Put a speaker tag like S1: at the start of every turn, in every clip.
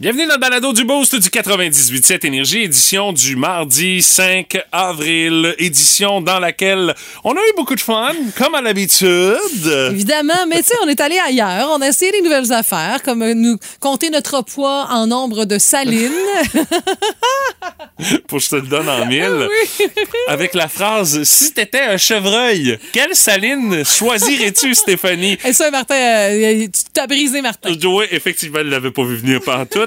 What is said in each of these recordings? S1: Bienvenue dans le balado du Boost du 98.7 Énergie, édition du mardi 5 avril, édition dans laquelle on a eu beaucoup de fun, comme à l'habitude.
S2: Évidemment, mais tu sais, on est allé ailleurs. On a essayé des nouvelles affaires, comme euh, nous compter notre poids en nombre de salines.
S1: Pour que je te le donne en
S2: Ah
S1: mille. Avec la phrase Si t'étais un chevreuil, quelle saline choisirais-tu, Stéphanie?
S2: Et ça, Martin, euh, tu t'as brisé, Martin.
S1: Joey, effectivement, elle l'avait pas vu venir pantoute.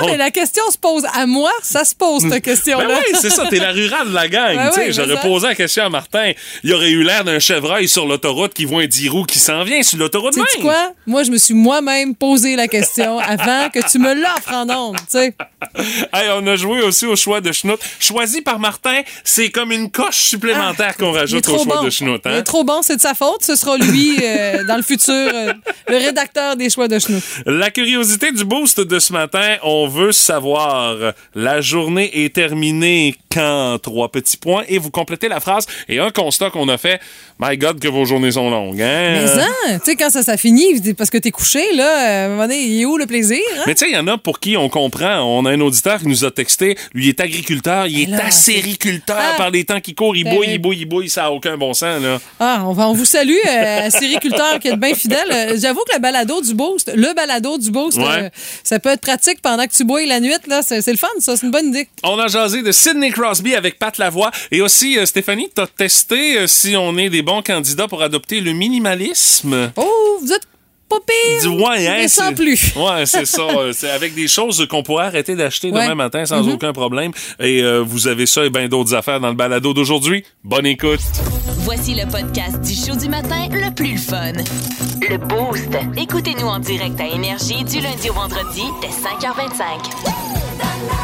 S2: Non, mais la question se pose à moi. Ça se pose, cette
S1: Ben
S2: question-là.
S1: oui, c'est ça, t'es la rurale de la gang.
S2: Ben
S1: tu sais.
S2: oui,
S1: J'aurais
S2: mais ça.
S1: posé la question à Martin. Il aurait eu l'air d'un chevreuil sur l'autoroute qui voit un 10 roues qui s'en vient sur l'autoroute
S2: Tu sais
S1: même.
S2: quoi? Moi, je me suis moi-même posé la question avant que tu me l'offres en nombre, tu sais.
S1: Hey, on a joué aussi au choix de schnout. Choisi par Martin, c'est comme une coche supplémentaire qu'on
S2: Ah, Il est
S1: rajoute au
S2: trop
S1: choix
S2: bon.
S1: de schnout.
S2: Il
S1: Hein?
S2: est trop bon, c'est de sa faute. Ce sera lui, euh, dans le futur, euh, le rédacteur des choix de chenoux.
S1: La curiosité du boost de ce matin, on veut savoir. La journée est terminée quand? Trois petits points. Et vous complétez la phrase. Et un constat qu'on a fait, my God, que vos journées sont longues. Hein?
S2: Mais hein, tu sais, quand ça, ça finit, parce que t'es couché, là, euh, à un moment donné, il est où le plaisir? hein?
S1: Mais tu sais, il y en a pour qui on comprend. On a un auditeur qui nous a texté. Lui, il est agriculteur, il est
S2: là,
S1: acériculteur.
S2: Ah!
S1: Par les temps qui courent, il
S2: Ben
S1: bouille,
S2: oui.
S1: il bouille, il bouille. Ça a aucun bon sens, là.
S2: Ah, on, va- on vous salue, euh, sériculteur qui est bien fidèle. Euh, J'avoue que le balado du boost, le balado du boost,
S1: Ouais.
S2: euh, ça peut être pratique pendant que tu bois la nuit, là. C'est c'est le fun, ça, c'est une bonne idée.
S1: On a jasé de Sidney Crosby avec Pat Lavoie. Et aussi, euh, Stéphanie, t'as testé euh, si on est des bons candidats pour adopter le minimalisme.
S2: Oh, vous êtes pas pire.
S1: Du ouais, hein,
S2: mais sans
S1: c'est-
S2: plus.
S1: Ouais, c'est ça. euh, c'est avec des choses qu'on pourrait arrêter d'acheter
S2: Ouais. Mm-hmm.
S1: demain matin sans aucun problème. Et euh, vous avez ça et bien d'autres affaires dans le balado d'aujourd'hui. Bonne écoute.
S3: Voici le podcast du show du matin le plus le fun. Le Boost. Écoutez-nous en direct à Énergie du lundi au vendredi dès 5h25.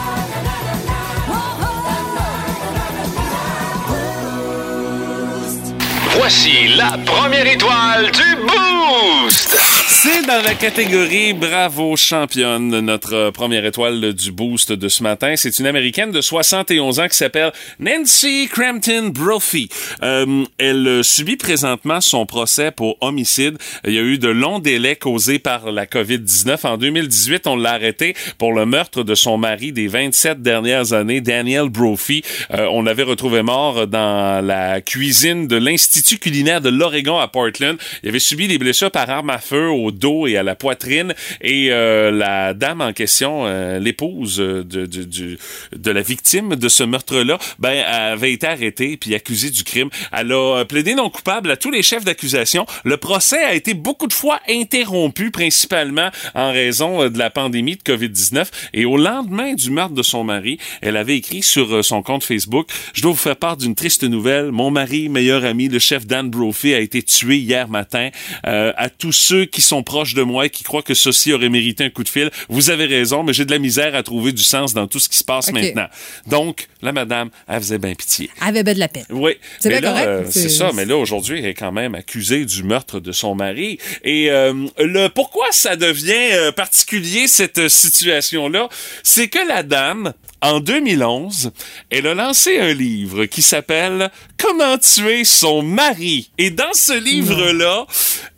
S4: Voici la première étoile du Boost.
S1: C'est dans la catégorie Bravo championne, notre euh, première étoile du boost de ce matin. C'est une Américaine de 71 ans qui s'appelle Nancy Crampton Brophy. Euh, elle euh, subit présentement son procès pour homicide. Il y a eu de longs délais causés par la COVID-19. En 2018, on l'a arrêtée pour le meurtre de son mari des 27 dernières années, Daniel Brophy. Euh, on l'avait retrouvé mort dans la cuisine de l'Institut culinaire de l'Oregon à Portland. Il avait subi des blessures par arme à feu au dos et à la poitrine. Et euh, la dame en question, euh, l'épouse euh, de, de, du- de la victime de ce meurtre-là, ben, avait été arrêtée puis accusée du crime. Elle a euh, plaidé non coupable à tous les chefs d'accusation. Le procès a été beaucoup de fois interrompu, principalement en raison euh, de la pandémie de COVID-19. Et au lendemain du meurtre de son mari, elle avait écrit sur euh, son compte Facebook Je dois vous faire part d'une triste nouvelle. Mon mari, meilleur ami, le chef Dan Brophy, a été tué hier matin. Euh, à tous ceux qui sont proches de moi et qui croient que ceci aurait mérité un coup de fil, vous avez raison, mais j'ai de la misère à trouver du sens dans tout ce qui se passe
S2: Ok.
S1: maintenant. Donc, la madame, elle faisait bien pitié.
S2: Avait ben de la peine.
S1: Oui,
S2: C'est
S1: mais
S2: bien
S1: là,
S2: correct.
S1: euh, c'est
S2: C'est-
S1: ça. Mais là, aujourd'hui, elle est quand même accusée du meurtre de son mari. Et euh, le pourquoi ça devient euh, particulier cette euh, situation-là, c'est que la dame, en 2011, elle a lancé un livre qui s'appelle Comment tuer son mari. Et dans ce livre-là,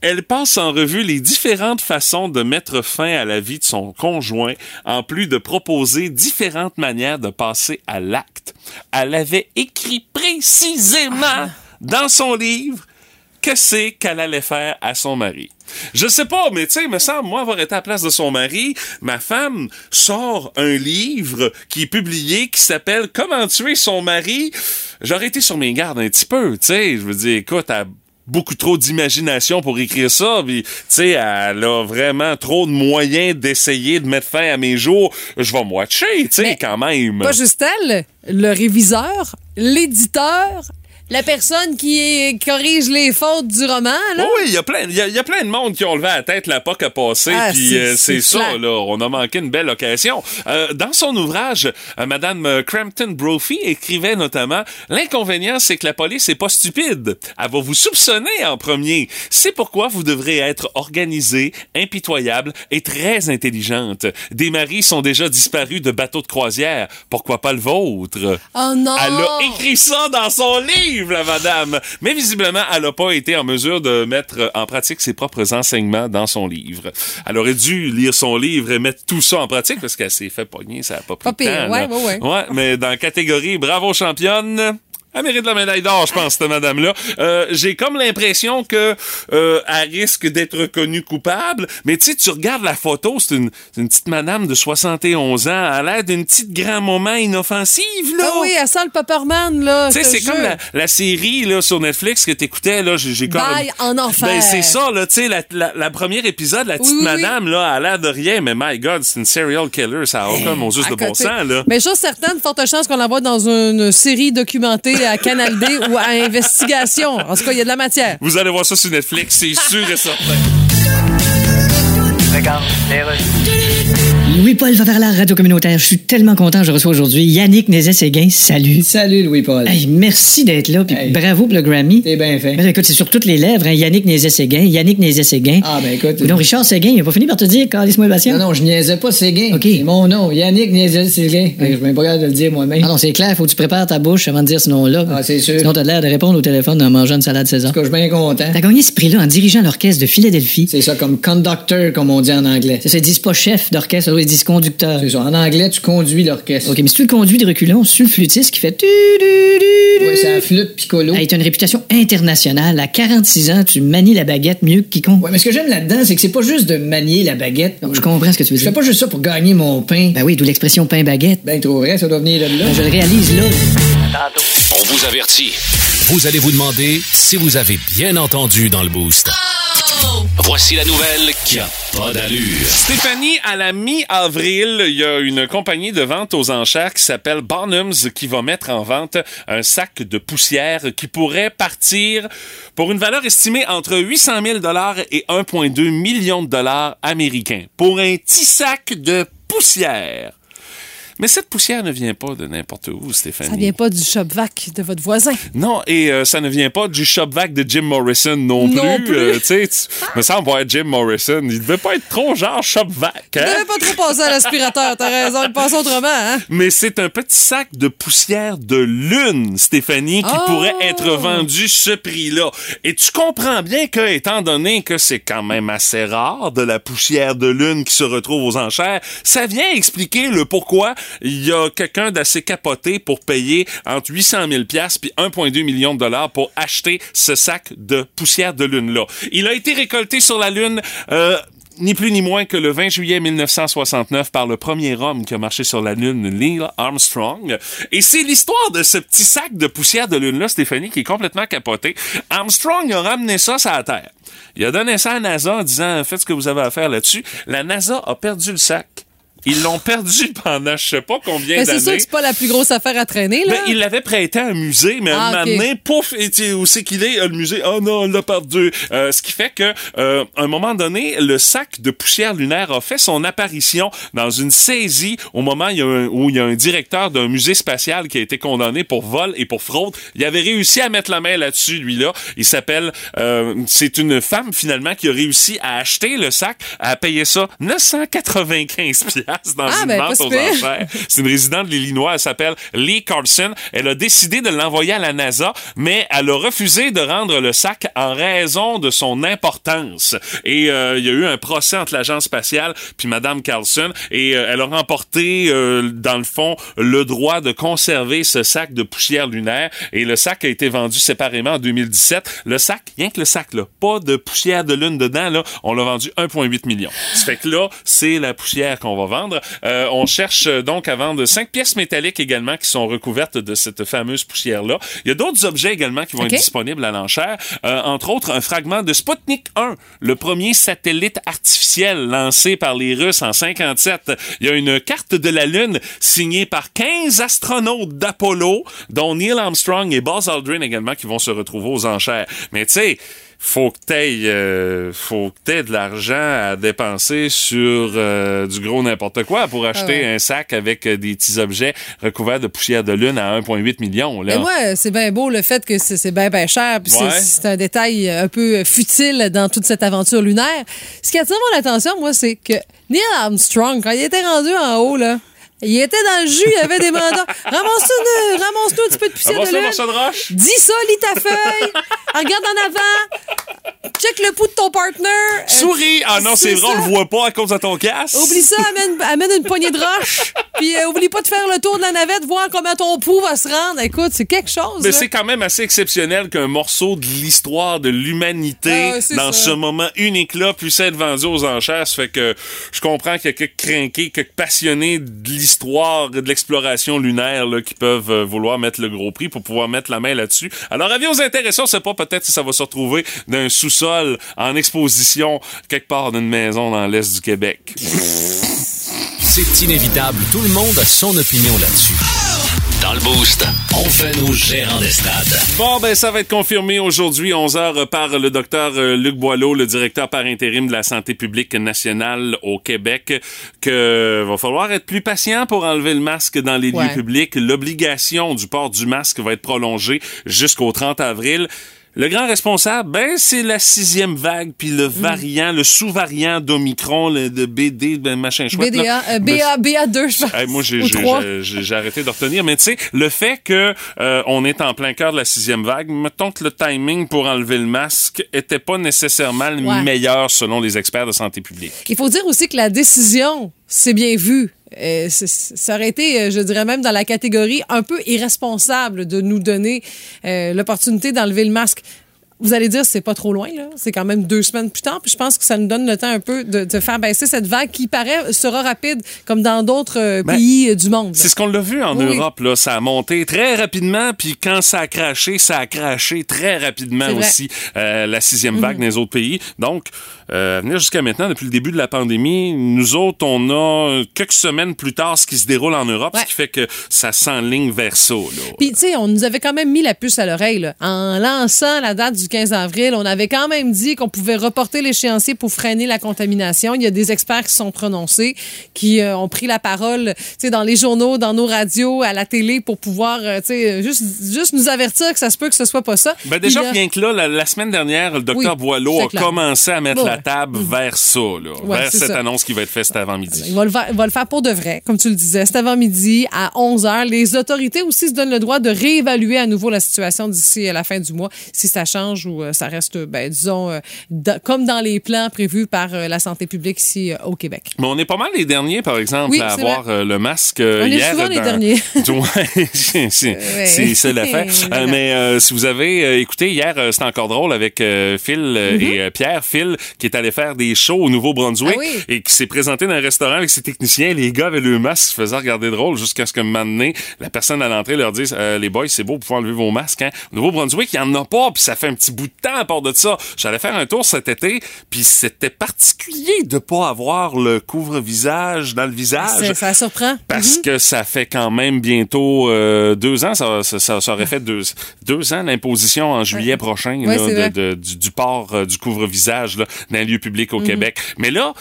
S1: elle passe en revue les différentes façons de mettre fin à la vie de son conjoint, en plus de proposer différentes manières de passer à l'acte. Elle avait écrit précisément dans son livre que c'est qu'elle allait faire à son mari. Je sais pas, mais tu sais, il me semble, moi, avoir été à la place de son mari, ma femme sort un livre qui est publié qui s'appelle Comment tuer son mari. J'aurais été sur mes gardes un petit peu, tu sais. Je veux dire, écoute, elle a beaucoup trop d'imagination pour écrire ça, puis tu sais, elle a vraiment trop de moyens d'essayer de mettre fin à mes jours. Je vais me watcher, tu sais,
S2: Mais
S1: quand même.
S2: Pas juste elle, le réviseur, l'éditeur, la personne qui est- corrige les fautes du roman, là.
S1: Oh Oui, il y, a plein- il y, a, il y a plein de monde qui ont levé la tête la POC a passé,
S2: Ah,
S1: puis
S2: c'est-
S1: euh, c'est ça,
S2: c'est flat.
S1: là, on a manqué une belle occasion. Euh, dans son ouvrage, euh, Madame euh, Crampton Brophy écrivait notamment « L'inconvénient, c'est que la police est pas stupide. Elle va vous soupçonner en premier. C'est pourquoi vous devrez être organisé, impitoyable et très intelligente. Des maris sont déjà disparus de bateaux de croisière. Pourquoi pas le vôtre? »
S2: Oh non!
S1: Elle a écrit ça dans son livre, la madame. Mais visiblement, elle n'a pas été en mesure de mettre en pratique ses propres enseignements dans son livre. Elle aurait dû lire son livre et mettre tout ça en pratique parce qu'elle s'est fait pogner, ça n'a pas pris
S2: Pas
S1: de
S2: pire,
S1: temps,
S2: ouais,
S1: là.
S2: ouais, ouais.
S1: mais dans la catégorie Bravo championne. Elle mérite la médaille d'or, je pense, cette madame-là. Euh, J'ai comme l'impression que euh, elle risque d'être reconnue coupable. Mais tu sais, tu regardes la photo, c'est une, c'est une petite madame de 71 ans. Elle a l'air d'une petite grand moment inoffensive, là.
S2: Ah oui, elle sent le Popperman, là.
S1: Tu sais,
S2: je te
S1: c'est comme
S2: jure.
S1: la, la série là, sur Netflix que t'écoutais, là, j'ai j'ai comme...
S2: Bail en enfer.
S1: Ben, c'est ça, là, tu sais, la, la, la première épisode, la petite
S2: oui, oui.
S1: madame, là, elle a l'air de rien, mais my God, c'est une serial killer, ça a aucun mon juste
S2: Eh, À
S1: de bon
S2: côté.
S1: sens, là.
S2: Mais chose certaine, forte chance qu'on la voit dans une série documentée à Canal D ou à Investigation. En tout cas, il y a de la matière.
S1: Vous allez voir ça sur Netflix, c'est sûr et certain.
S5: Louis-Paul Favarla, Radio Communautaire. Je suis tellement content, je reçois aujourd'hui Yannick Nézet-Séguin. Salut.
S6: Salut Louis-Paul.
S5: Hey, merci d'être là, puis
S6: Hey.
S5: bravo pour le Grammy.
S6: T'es bien fait.
S5: Mais là, écoute, c'est sur toutes les lèvres, hein, Yannick Nézet-Séguin, Yannick Nézet-Séguin.
S6: Ah, ben, écoute.
S5: Non, Richard Séguin, il a pas fini par te dire, calisse-moi patient.
S6: Non, non, je niaisais pas Séguin.
S5: OK.
S6: C'est mon nom. Yannick niaisait Séguin. Fait que Je suis même pas capable de le dire moi-même.
S5: Ah non, c'est clair, faut que tu prépares ta bouche avant de dire ce nom-là.
S6: Ah, c'est sûr.
S5: Sinon, t'as l'air de répondre au téléphone en mangeant une salade César.
S6: En tout cas, je suis bien content.
S5: T'as gagné ce prix-là en dirigeant l'orchestre de Philadelphie.
S6: C'est ça comme conducteur, comme on dit en anglais.
S5: Ça, c'est disent pas chef d'orchestre, alors ils disent conducteur.
S6: C'est ça. En anglais, tu conduis l'orchestre.
S5: OK, mais si tu le conduis de reculons, sur le flûtiste qui fait... tu, du, du, du.
S6: Ouais, c'est la flûte piccolo.
S5: Hey, t'as une réputation internationale. À 46 ans, tu manies la baguette mieux que quiconque.
S6: Ouais, mais ce que j'aime là-dedans, c'est que c'est pas juste de manier la baguette.
S5: Je comprends ce que tu veux
S6: Je fais
S5: dire.
S6: pas juste ça pour gagner mon pain.
S5: Ben oui, d'où l'expression pain-baguette.
S6: Ben, trop vrai, ça doit venir de là.
S5: Ben, je le réalise là.
S4: On vous avertit.
S7: Vous allez vous demander si vous avez bien entendu dans le boost.
S4: Voici la nouvelle qui a pas d'allure.
S1: Stéphanie, à la mi-avril, il y a une compagnie de vente aux enchères qui s'appelle Barnum's qui va mettre en vente un sac de poussière qui pourrait partir pour une valeur estimée entre 800 000 et 1,2 million de dollars américains pour un petit sac de poussière. Mais cette poussière ne vient pas de n'importe où, Stéphanie.
S2: Ça vient pas du shop vac de votre voisin.
S1: Non, et euh, ça ne vient pas du shop vac de Jim Morrison non plus.
S2: Non plus.
S1: Euh, tu sais, tu- me semble voir Jim Morrison, il devait pas être trop genre shop vac.
S2: Tu
S1: hein?
S2: devais pas trop passer à l'aspirateur, t'as raison, il passe autrement, hein?
S1: mais c'est un petit sac de poussière de lune, Stéphanie, qui
S2: Oh!
S1: pourrait être vendu ce prix-là. Et tu comprends bien que, étant donné que c'est quand même assez rare de la poussière de lune qui se retrouve aux enchères, ça vient expliquer le pourquoi il y a quelqu'un d'assez capoté pour payer entre 800 000 pièces puis 1,2 million de dollars pour acheter ce sac de poussière de lune-là. Il a été récolté sur la lune. euh, ni plus ni moins que le 20 juillet 1969 par le premier homme qui a marché sur la Lune, Neil Armstrong. Et c'est l'histoire de ce petit sac de poussière de Lune-là, Stéphanie, qui est complètement capoté. Armstrong a ramené ça sur la Terre. Il a donné ça à NASA en disant, faites ce que vous avez à faire là-dessus. La NASA a perdu le sac. Ils l'ont perdu pendant je sais pas combien
S2: Mais
S1: d'années.
S2: Ben, c'est sûr que c'est pas la plus grosse affaire à traîner, là.
S1: Ben, il l'avait prêté à un musée, mais à un
S2: Ah,
S1: moment
S2: ok.
S1: donné, pouf, et tu sais, où c'est qu'il est, euh, le musée, oh non, on l'a perdu. Euh, ce qui fait que, euh, à un moment donné, le sac de poussière lunaire a fait son apparition dans une saisie au moment il y a un- où il y a un directeur d'un musée spatial qui a été condamné pour vol et pour fraude. Il avait réussi à mettre la main là-dessus, lui-là. Il s'appelle, euh, c'est une femme finalement qui a réussi à acheter le sac, à payer ça 995 piastres dans
S2: Ah,
S1: une
S2: ben,
S1: vente
S2: pas si
S1: aux
S2: pire.
S1: enchères. C'est une résidente de l'Illinois. Elle s'appelle Lee Carlson. Elle a décidé de l'envoyer à la NASA, mais elle a refusé de rendre le sac en raison de son importance. Et euh, il y a eu un procès entre l'agence spatiale puis Madame Carlson. Et euh, elle a remporté, euh, dans le fond, le droit de conserver ce sac de poussière lunaire. Et le sac a été vendu séparément en 2017. Le sac, rien que le sac, là, pas de poussière de lune dedans, là, on l'a vendu 1,8 million. Ça fait que là, c'est la poussière qu'on va vendre. vendre. Euh, on cherche euh, donc à vendre cinq pièces métalliques également qui sont recouvertes de cette fameuse poussière-là. Il y a d'autres objets également qui vont
S2: OK.
S1: être disponibles à l'enchère. Euh, entre autres, un fragment de Sputnik 1, le premier satellite artificiel lancé par les Russes en 57. Il y a une carte de la Lune signée par 15 astronautes d'Apollo, dont Neil Armstrong et Buzz Aldrin également, qui vont se retrouver aux enchères. Mais tu sais, faut que t'aies euh, faut que t'aies de l'argent à dépenser sur euh, du gros n'importe quoi pour acheter
S2: Ah ouais.
S1: un sac avec euh, des petits objets recouverts de poussière de lune à 1,8 million. Là.
S2: Mais moi, c'est bien beau le fait que c'est c'est bien, bien cher, puis c'est-
S1: Ouais.
S2: c'est un détail un peu futile dans toute cette aventure lunaire. Ce qui attire mon attention, moi, c'est que Neil Armstrong, quand il était rendu en haut, là, il était dans le jus, il avait des mandats. Ramasse-nous une- ramasse-nous un petit peu de poussière
S1: Avance
S2: de
S1: le
S2: lune.
S1: morceau de roche.
S2: Dis ça, lis ta feuille. regarde en avant. Check le pouls de ton partner. Euh,
S1: Souris! Ah non, c'est
S2: c'est
S1: vrai, on
S2: ça.
S1: le voit pas à cause de ton casque.
S2: Oublie ça, amène, amène une poignée de roche. Puis euh, oublie pas de faire le tour de la navette, voir comment ton pouls va se rendre. Écoute, c'est quelque chose.
S1: Mais
S2: là.
S1: c'est quand même assez exceptionnel qu'un morceau de l'histoire de l'humanité
S2: Ah ouais, c'est
S1: dans
S2: ça.
S1: ce moment unique-là puisse être vendu aux enchères. Ça fait que je comprends qu'il y a quelques crinqués, quelques passionnés de l'histoire, de l'exploration lunaire là, qui peuvent euh, vouloir mettre le gros prix pour pouvoir mettre la main là-dessus. Alors, avis aux intéressants, on sait pas peut-être si ça va se retrouver d'un sous-sol en exposition quelque part d'une maison dans l'Est du Québec.
S7: C'est inévitable. Tout le monde a son opinion là-dessus.
S4: Dans le boost, on fait nos gérants d'estrade.
S1: Bon, ben ça va être confirmé aujourd'hui, 11h, par le docteur euh, Luc Boileau, le directeur par intérim de la santé publique nationale au Québec, que va falloir être plus patient pour enlever le masque dans les
S2: Ouais.
S1: lieux publics. L'obligation du port du masque va être prolongée jusqu'au 30 avril. Le grand responsable, ben, c'est la sixième vague, puis le
S2: Mm.
S1: variant, le sous-variant d'Omicron, le de BD, ben, machin chouette.
S2: BDA,
S1: là.
S2: euh,
S1: Ben,
S2: BA, BA2, je pense.
S1: Hey, moi, j'ai,
S2: Ou
S1: j'ai,
S2: trois.
S1: j'ai- j'ai- j'ai arrêté de retenir. Mais tu sais, le fait que euh, on est en plein cœur de la sixième vague, mettons que le timing pour enlever le masque était pas nécessairement le
S2: Ouais.
S1: meilleur selon les experts de santé publique.
S2: Il faut dire aussi que la décision, c'est bien vu. Euh, c'est- c'est- ça aurait été, euh, je dirais même, dans la catégorie un peu irresponsable de nous donner euh, l'opportunité d'enlever le masque. Vous allez dire, c'est pas trop loin, là. C'est quand même deux semaines plus tard. Puis je pense que ça nous donne le temps un peu de, de faire baisser cette vague qui paraît sera rapide, comme dans d'autres euh,
S1: Ben,
S2: pays euh, du monde.
S1: C'est ce qu'on l'a vu en
S2: Oui, oui.
S1: Europe, là. Ça a monté très rapidement, puis quand ça a craché, ça a craché très rapidement
S2: C'est vrai. Mhm.
S1: aussi euh, la sixième vague dans les autres pays. Donc, euh, à venir jusqu'à maintenant, depuis le début de la pandémie, nous autres, on a euh, quelques semaines plus tard ce qui se déroule en Europe,
S2: Ouais.
S1: ce qui fait que ça s'enligne vers ça, là.
S2: Puis, tu sais, on nous avait quand même mis la puce à l'oreille. là. En lançant la date du 15 avril, on avait quand même dit qu'on pouvait reporter l'échéancier pour freiner la contamination. Il y a des experts qui se sont prononcés, qui euh, ont pris la parole tu sais, dans les journaux, dans nos radios, à la télé pour pouvoir euh, tu sais, juste, juste nous avertir que ça se peut que ce soit pas ça.
S1: Ben déjà,
S2: Puis là-
S1: rien que là, la, la semaine dernière, le docteur
S2: Oui,
S1: Boileau a
S2: c'est clair.
S1: commencé à mettre
S2: Ouais. Mhm.
S1: la table vers ça, là,
S2: Ouais,
S1: vers
S2: c'est
S1: cette
S2: ça.
S1: annonce qui va être faite cet
S2: Il
S1: avant-midi.
S2: va, le faire, il va le faire pour de vrai, comme tu le disais. C'est avant-midi, à 11h. Les autorités aussi se donnent le droit de réévaluer à nouveau la situation d'ici à la fin du mois, si ça change ou euh, ça reste, ben, disons, euh, da- comme dans les plans prévus par euh, la santé publique ici euh, au Québec.
S1: Mais on est pas mal les derniers, par exemple,
S2: Oui,
S1: à
S2: c'est
S1: avoir euh, le masque euh,
S2: On est
S1: hier.
S2: souvent les
S1: dans-
S2: derniers.
S1: Ouais, c'est-
S2: Ouais.
S1: c'est c'est la fin.
S2: Voilà.
S1: mais euh, si vous avez euh, écouté hier, euh, c'était encore drôle avec euh, Phil euh, et euh, Pierre. Phil qui est allé faire des shows au Nouveau-Brunswick
S2: Mm-hmm. Ah oui.
S1: et qui s'est présenté dans un restaurant avec ses techniciens. Les gars avaient le masque, se faisaient regarder drôle jusqu'à ce que un moment donné, la personne à l'entrée leur dise Euh, Les boys, c'est beau, vous pouvez enlever vos masques. Hein? Au Nouveau-Brunswick, il n'y en a pas, puis ça fait un petit bout de temps à part de ça. J'allais faire un tour cet été, puis c'était particulier de pas avoir le couvre-visage dans le visage.
S2: C'est- ça surprend.
S1: Parce
S2: Mhm.
S1: que ça fait quand même bientôt euh, deux ans, ça, ça, ça- ça aurait fait deux, deux ans l'imposition en juillet prochain
S2: Ouais,
S1: là,
S2: c'est
S1: de-
S2: vrai.
S1: de- du, du port euh, du couvre-visage là, dans les lieux publics
S2: Mhm.
S1: au Québec. Mais là,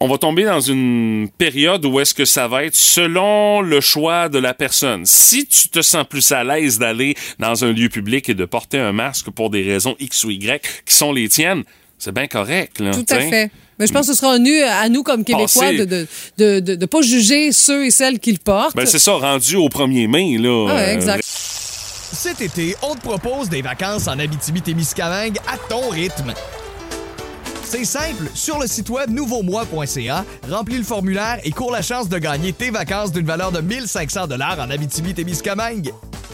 S1: on va tomber dans une période où est-ce que ça va être selon le choix de la personne. Si tu te sens plus à l'aise d'aller dans un lieu public et de porter un masque pour des raisons X ou Y qui sont les tiennes, c'est bien correct. Là,
S2: Tout à
S1: t'sais.
S2: fait. Mais je pense que ce sera nu à nous, comme Québécois,
S1: Passer.
S2: de ne de, de, de pas juger ceux et celles qui le portent.
S1: Ben, c'est ça, rendu au 1er mai. Là,
S2: Ah ouais,
S1: euh,
S2: exact.
S8: Cet été, on te propose des vacances en Abitibi-Témiscamingue à ton rythme. C'est simple, sur le site web nouveaumois.ca, remplis le formulaire et cours la chance de gagner tes vacances d'une valeur de 1500 dollars en Abitibi-Témiscamingue.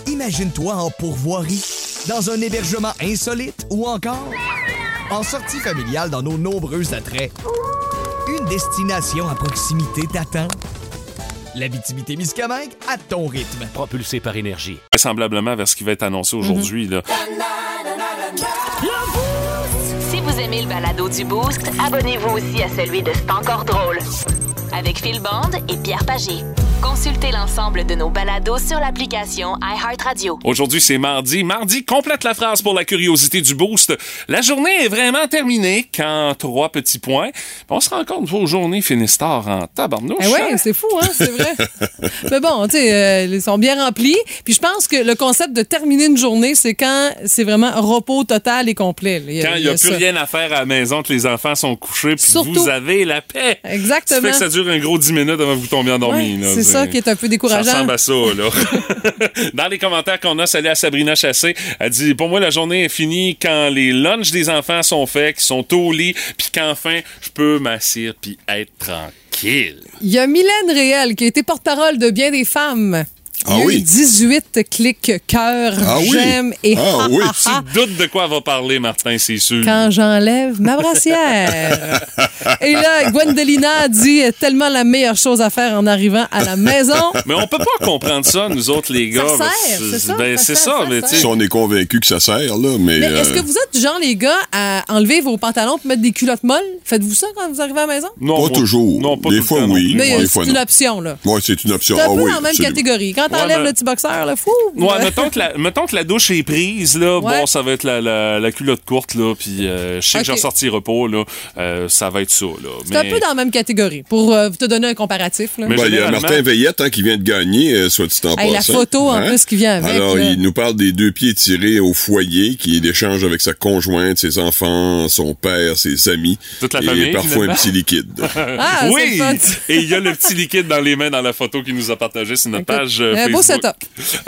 S8: Imagine-toi en pourvoirie, dans un hébergement insolite ou encore en sortie familiale dans nos nombreux attraits. Une une destination à proximité t'attend. La Miscamingue à ton rythme.
S7: Propulsé par énergie.
S1: vraisemblablement vers ce qui va être annoncé
S2: Mhm.
S1: aujourd'hui. là.
S3: Si vous aimez le balado du Boost, abonnez-vous aussi à celui de C'est encore drôle. Avec Phil Bond et Pierre Pagé. Consultez l'ensemble de nos balados sur l'application iHeartRadio.
S1: Aujourd'hui, c'est mardi. Mardi complète la phrase pour la curiosité du boost. La journée est vraiment terminée quand trois petits points. Puis On se rend compte vos journées finissent tard en tabarnouche.
S2: Eh ouais,
S1: hein?
S2: c'est fou, hein, c'est vrai. Mais bon, tu sais, euh, ils sont bien remplis. Puis je pense que le concept de terminer une journée, c'est quand c'est vraiment repos total et complet. là.
S1: Quand il n'y a, plus
S2: ça.
S1: rien à faire à la maison, que les enfants sont couchés, puis
S2: Surtout-
S1: vous avez la paix. Ça fait
S2: Exactement.
S1: que ça dure un gros 10 minutes avant que vous tombiez endormi.
S2: Ouais,
S1: là.
S2: c'est ça qui est un peu décourageant.
S1: Ça ressemble à ça, là. Dans les commentaires qu'on a, salut à Sabrina Chassé. Elle dit Pour moi, la journée est finie quand les lunchs des enfants sont faits, qu'ils sont au lit, puis qu'enfin, je peux m'assir puis être tranquille.
S2: Il y a Mylène Réel qui a été porte-parole de bien des femmes.
S9: Ah
S2: Il y a eu
S9: oui.
S2: 18 clics cœur,
S9: Ah oui.
S2: j'aime et
S9: Ah oui.
S1: Tu te doutes de quoi elle va parler, Martin, c'est sûr.
S2: quand j'enlève ma brassière. et là, Gwendolina dit tellement la meilleure chose à faire en arrivant à la maison.
S1: Mais on peut pas comprendre ça, nous autres, les gars.
S2: sert,
S1: parce-
S2: c'est ça,
S1: ben,
S2: ça
S1: c'est
S2: sert,
S1: ça,
S2: ça
S1: mais
S2: sert.
S1: tu sais,
S9: Si on est convaincu que ça sert, là, mais.
S2: Mais est-ce que
S9: euh,
S2: vous êtes du genre, les gars, à enlever vos pantalons pour mettre des culottes molles? Faites-vous ça quand vous arrivez à la maison?
S1: non,
S9: Pas
S1: moi-
S9: toujours.
S1: Non, pas
S9: Des
S1: tout le
S9: fois,
S1: temps, non
S9: oui.
S1: plus.
S9: Des
S2: Mais euh,
S9: fois,
S2: c'est une
S9: non.
S2: option, là.
S9: Ouais, c'est une option.
S2: C'est un
S9: Ah oui,
S2: peu dans la même
S9: absolument.
S2: catégorie. Quand t'enlèves
S1: mais-
S2: le petit boxeur, là, fou! euh,
S1: Ouais, mettons que, la, mettons que la douche est prise, là,
S2: Ouais.
S1: bon, ça va être la, la, la culotte courte, là, puis euh, je sais
S2: Ok.
S1: que j'en sortirai pas, là, euh, ça va être ça, là.
S2: C'est un peu dans la même catégorie, pour euh, te donner un comparatif. Là.
S1: Mais
S9: Ben, il y a
S1: généralement-
S9: Martin Veillette hein, qui vient de gagner, euh, soit dit en
S2: Hey, la
S9: passant. Hein?
S2: photo, en plus, qui vient avec,
S9: Alors,
S2: là.
S9: il nous parle des deux pieds tirés au foyer, qui est d'échange avec sa conjointe, ses enfants, son père, ses amis.
S1: Toute la
S9: et
S1: famille,
S9: parfois
S1: finalement.
S9: un petit liquide.
S2: Ah, c'est
S1: oui!
S2: le fun, ça.
S1: Et il y a le petit liquide dans les mains dans la photo qu'il nous a partagé sur notre
S2: Écoute,
S1: page euh,
S2: un beau
S1: Facebook.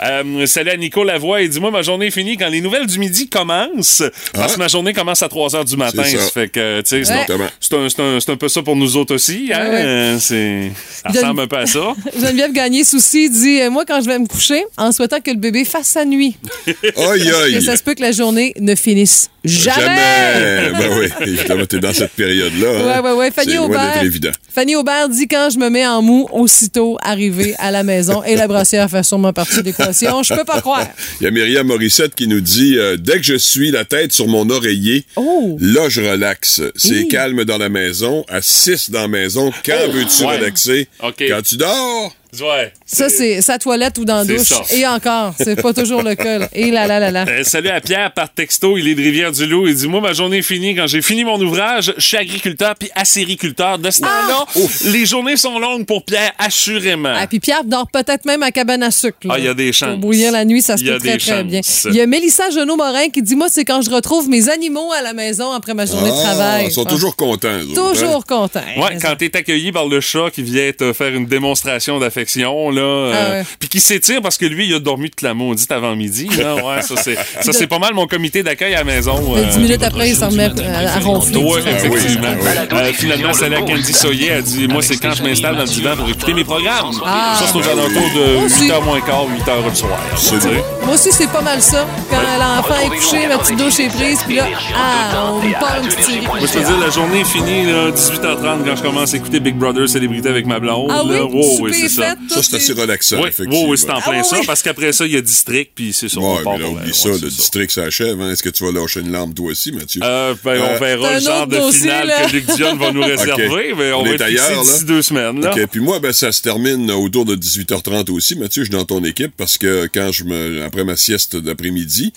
S1: Euh, salut à Nico Lavoie et dis-moi, ma journée est finie quand les nouvelles du midi commencent. Parce que
S9: Ah.
S1: ma journée commence à 3 h du matin.
S9: C'est ça.
S1: ça fait que, tu sais, c'est-
S9: Exactement.
S1: c'est un, c'est un- c'est un peu ça pour nous autres aussi. Hein?
S2: ouais.
S1: euh, c'est- Ça
S2: Donne-
S1: ressemble un peu à ça.
S2: Geneviève Gagné Souci dit euh, Moi, quand je vais me coucher, en souhaitant que le bébé fasse sa nuit,
S9: Aïe,
S2: que
S9: aïe!
S2: ça se peut que la journée ne finisse jamais.
S9: Ben oui, évidemment, t'es dans cette période-là. hein.
S2: Ouais, ouais, ouais. Fanny
S9: C'est loin
S2: Aubert.
S9: d'être évident.
S2: Fanny Aubert dit quand je me mets en mou, aussitôt arrivé à la maison. Et la brassière fait sûrement partie de l'équation. Je peux pas croire.
S9: Il y a Myriam Morissette qui nous dit euh, Dès que je suis la tête sur mon oreiller,
S2: Oh.
S9: là, je relaxe. C'est
S2: Hi.
S9: calme dans la maison, à 6 dans la maison. Quand
S2: Oh.
S9: veux-tu
S1: Ouais.
S9: relaxer
S1: OK.
S9: Quand tu dors
S1: Ouais.
S2: Ça, c'est sa toilette ou dans la
S1: C'est
S2: douche.
S1: ça.
S2: Et encore, c'est pas toujours le cas. là. Et là, là, là, là.
S1: Euh, salut à Pierre par texto, il est de Rivière-du-Loup. Il dit Moi, ma journée est finie. Quand j'ai fini mon ouvrage, je suis agriculteur puis acériculteur. De ce temps-là, les journées sont longues pour Pierre, assurément.
S2: Ah, puis Pierre dort peut-être même à cabane à sucre. là.
S1: Ah, il y a des chances.
S2: Pour bouillir la nuit, ça se
S1: Il y a
S2: peut très,
S1: des
S2: très bien.
S1: chances.
S2: Il y a Mélissa Genot-Morin qui dit Moi, c'est quand je retrouve mes animaux à la maison après ma journée de
S9: Ah,
S2: travail.
S9: Ils sont
S2: Ah,
S9: toujours contents. eux autres, hein.
S2: Toujours content.
S1: Ouais, quand t'es accueilli par le chat qui vient te faire une démonstration d'affection, là, euh,
S2: Ah, ouais.
S1: puis qui s'étire parce que lui, il a dormi toute la maudite avant midi, là, ouais, ça c'est, ça c'est pas mal mon comité d'accueil à la maison. euh.
S2: Dix minutes après, ils se remettent euh, à ronfler.
S1: Ouais,
S9: oui,
S1: effectivement.
S9: ah oui.
S1: Euh, finalement, c'est là Candy Soyer a dit Moi, c'est quand je m'installe dans le divan pour écouter mes programmes. Ça, c'est aux alentours de
S2: Aussi.
S1: 8h moins quart, 8h du soir.
S9: Absolument.
S2: Moi aussi, c'est pas mal ça. Quand l'enfant est couché, ma petite douche est prise, puis là, ah, on lui parle une petite série.
S1: Moi, je peux dire, la journée est finie, là, 18h30, quand je commence à écouter Big Brother Célébrité avec ma blonde.
S2: Ah oui,
S1: là.
S2: le
S1: Wow,
S2: souper
S1: oui, c'est
S2: est
S1: ça.
S2: fait,
S9: Ça,
S2: tout
S9: c'est assez
S2: est-
S9: relaxant.
S1: Oui, oui,
S9: effectivement.
S1: oui, c'est en plein
S2: Ah
S1: ça,
S2: oui.
S1: parce qu'après ça, il y a district, puis c'est sûr. on
S9: Ouais,
S1: part
S9: mais là,
S1: pour la-
S9: oublie
S1: ouais,
S9: ça,
S1: c'est
S9: le district, ça achève. Hein? Est-ce que tu vas lâcher une larme, toi aussi, Mathieu?
S1: Euh, ben, on
S9: Euh,
S1: verra
S2: c'est
S1: le
S2: un
S1: genre
S2: autre
S1: de
S2: dossier,
S1: finale
S2: là.
S1: que Luc Dion va nous réserver,
S9: Ok.
S1: mais on,
S9: On
S1: va
S9: est
S1: être fixé
S9: ailleurs, là.
S1: d'ici deux semaines. Là.
S9: OK, puis moi, ben, ça se termine autour de 18h30 aussi. Mathieu, je suis dans ton équipe parce que quand je me, après ma sieste d'après-midi,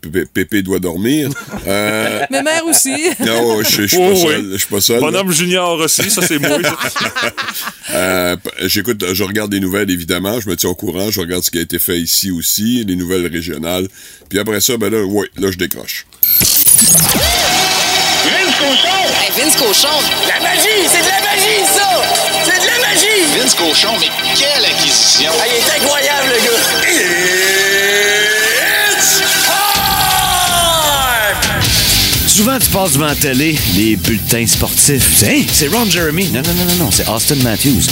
S9: Pé- Pépé doit dormir. Euh,
S2: Mais mère aussi.
S9: non, je je suis
S1: Oh,
S9: pas
S1: oui.
S9: seul. Je suis pas seul.
S1: Bonhomme Junior aussi, ça c'est moi. ça.
S9: Euh, p- J'écoute, je regarde les nouvelles, évidemment. Je me tiens au courant. Je regarde ce qui a été fait ici aussi, les nouvelles régionales. Puis après ça, ben là, ouais, là, je décroche.
S10: Vince Cochon. La magie, c'est de la magie, ça! C'est de la magie!
S4: Vince Cochon, mais quelle acquisition!
S10: Ah, il est incroyable, le gars! It's time!
S11: Souvent, tu passes devant la télé, les bulletins sportifs. Tu dis, Hey, c'est Ron Jeremy. Non, non, non, non, non, c'est Austin Matthews.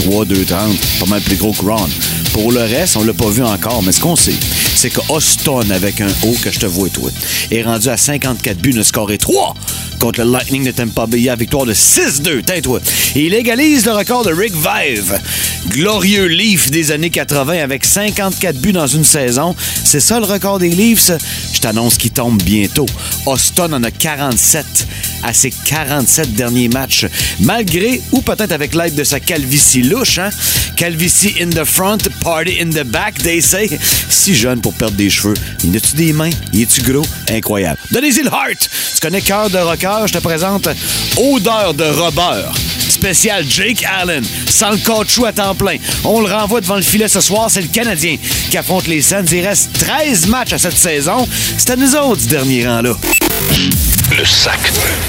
S11: 6-3-2-30, pas mal plus gros que Ron. Pour le reste, on l'a pas vu encore, mais ce qu'on sait, c'est que Austin, avec un O que je te vois, toi, est rendu à 54 buts, ne scoré 3 contre le Lightning de Tampa Bay à victoire de 6-2. Tais-toi. Et il égalise le record de Rick Vive. Glorieux Leaf des années 80 avec 54 buts dans une saison. C'est ça le record des Leafs. Je t'annonce qu'il tombe bientôt. Austin en a 47 à ses 47 derniers matchs. Malgré, ou peut-être avec l'aide de sa calvitie louche, hein? calvitie in the front, party in the back, they say. Si jeune pour perdre des cheveux. Il a-tu des mains? Il est-tu gros? Incroyable. Donnez-y le heart! Tu connais cœur de rocker? Je te présente odeur de robeur. Spécial Jake Allen, sans le caoutchouc à temps plein. On le renvoie devant le filet ce soir, c'est le Canadien qui affronte les Suns. Il reste 13 matchs à cette saison. C'est à nous autres, ce dernier rang-là.
S4: Le sac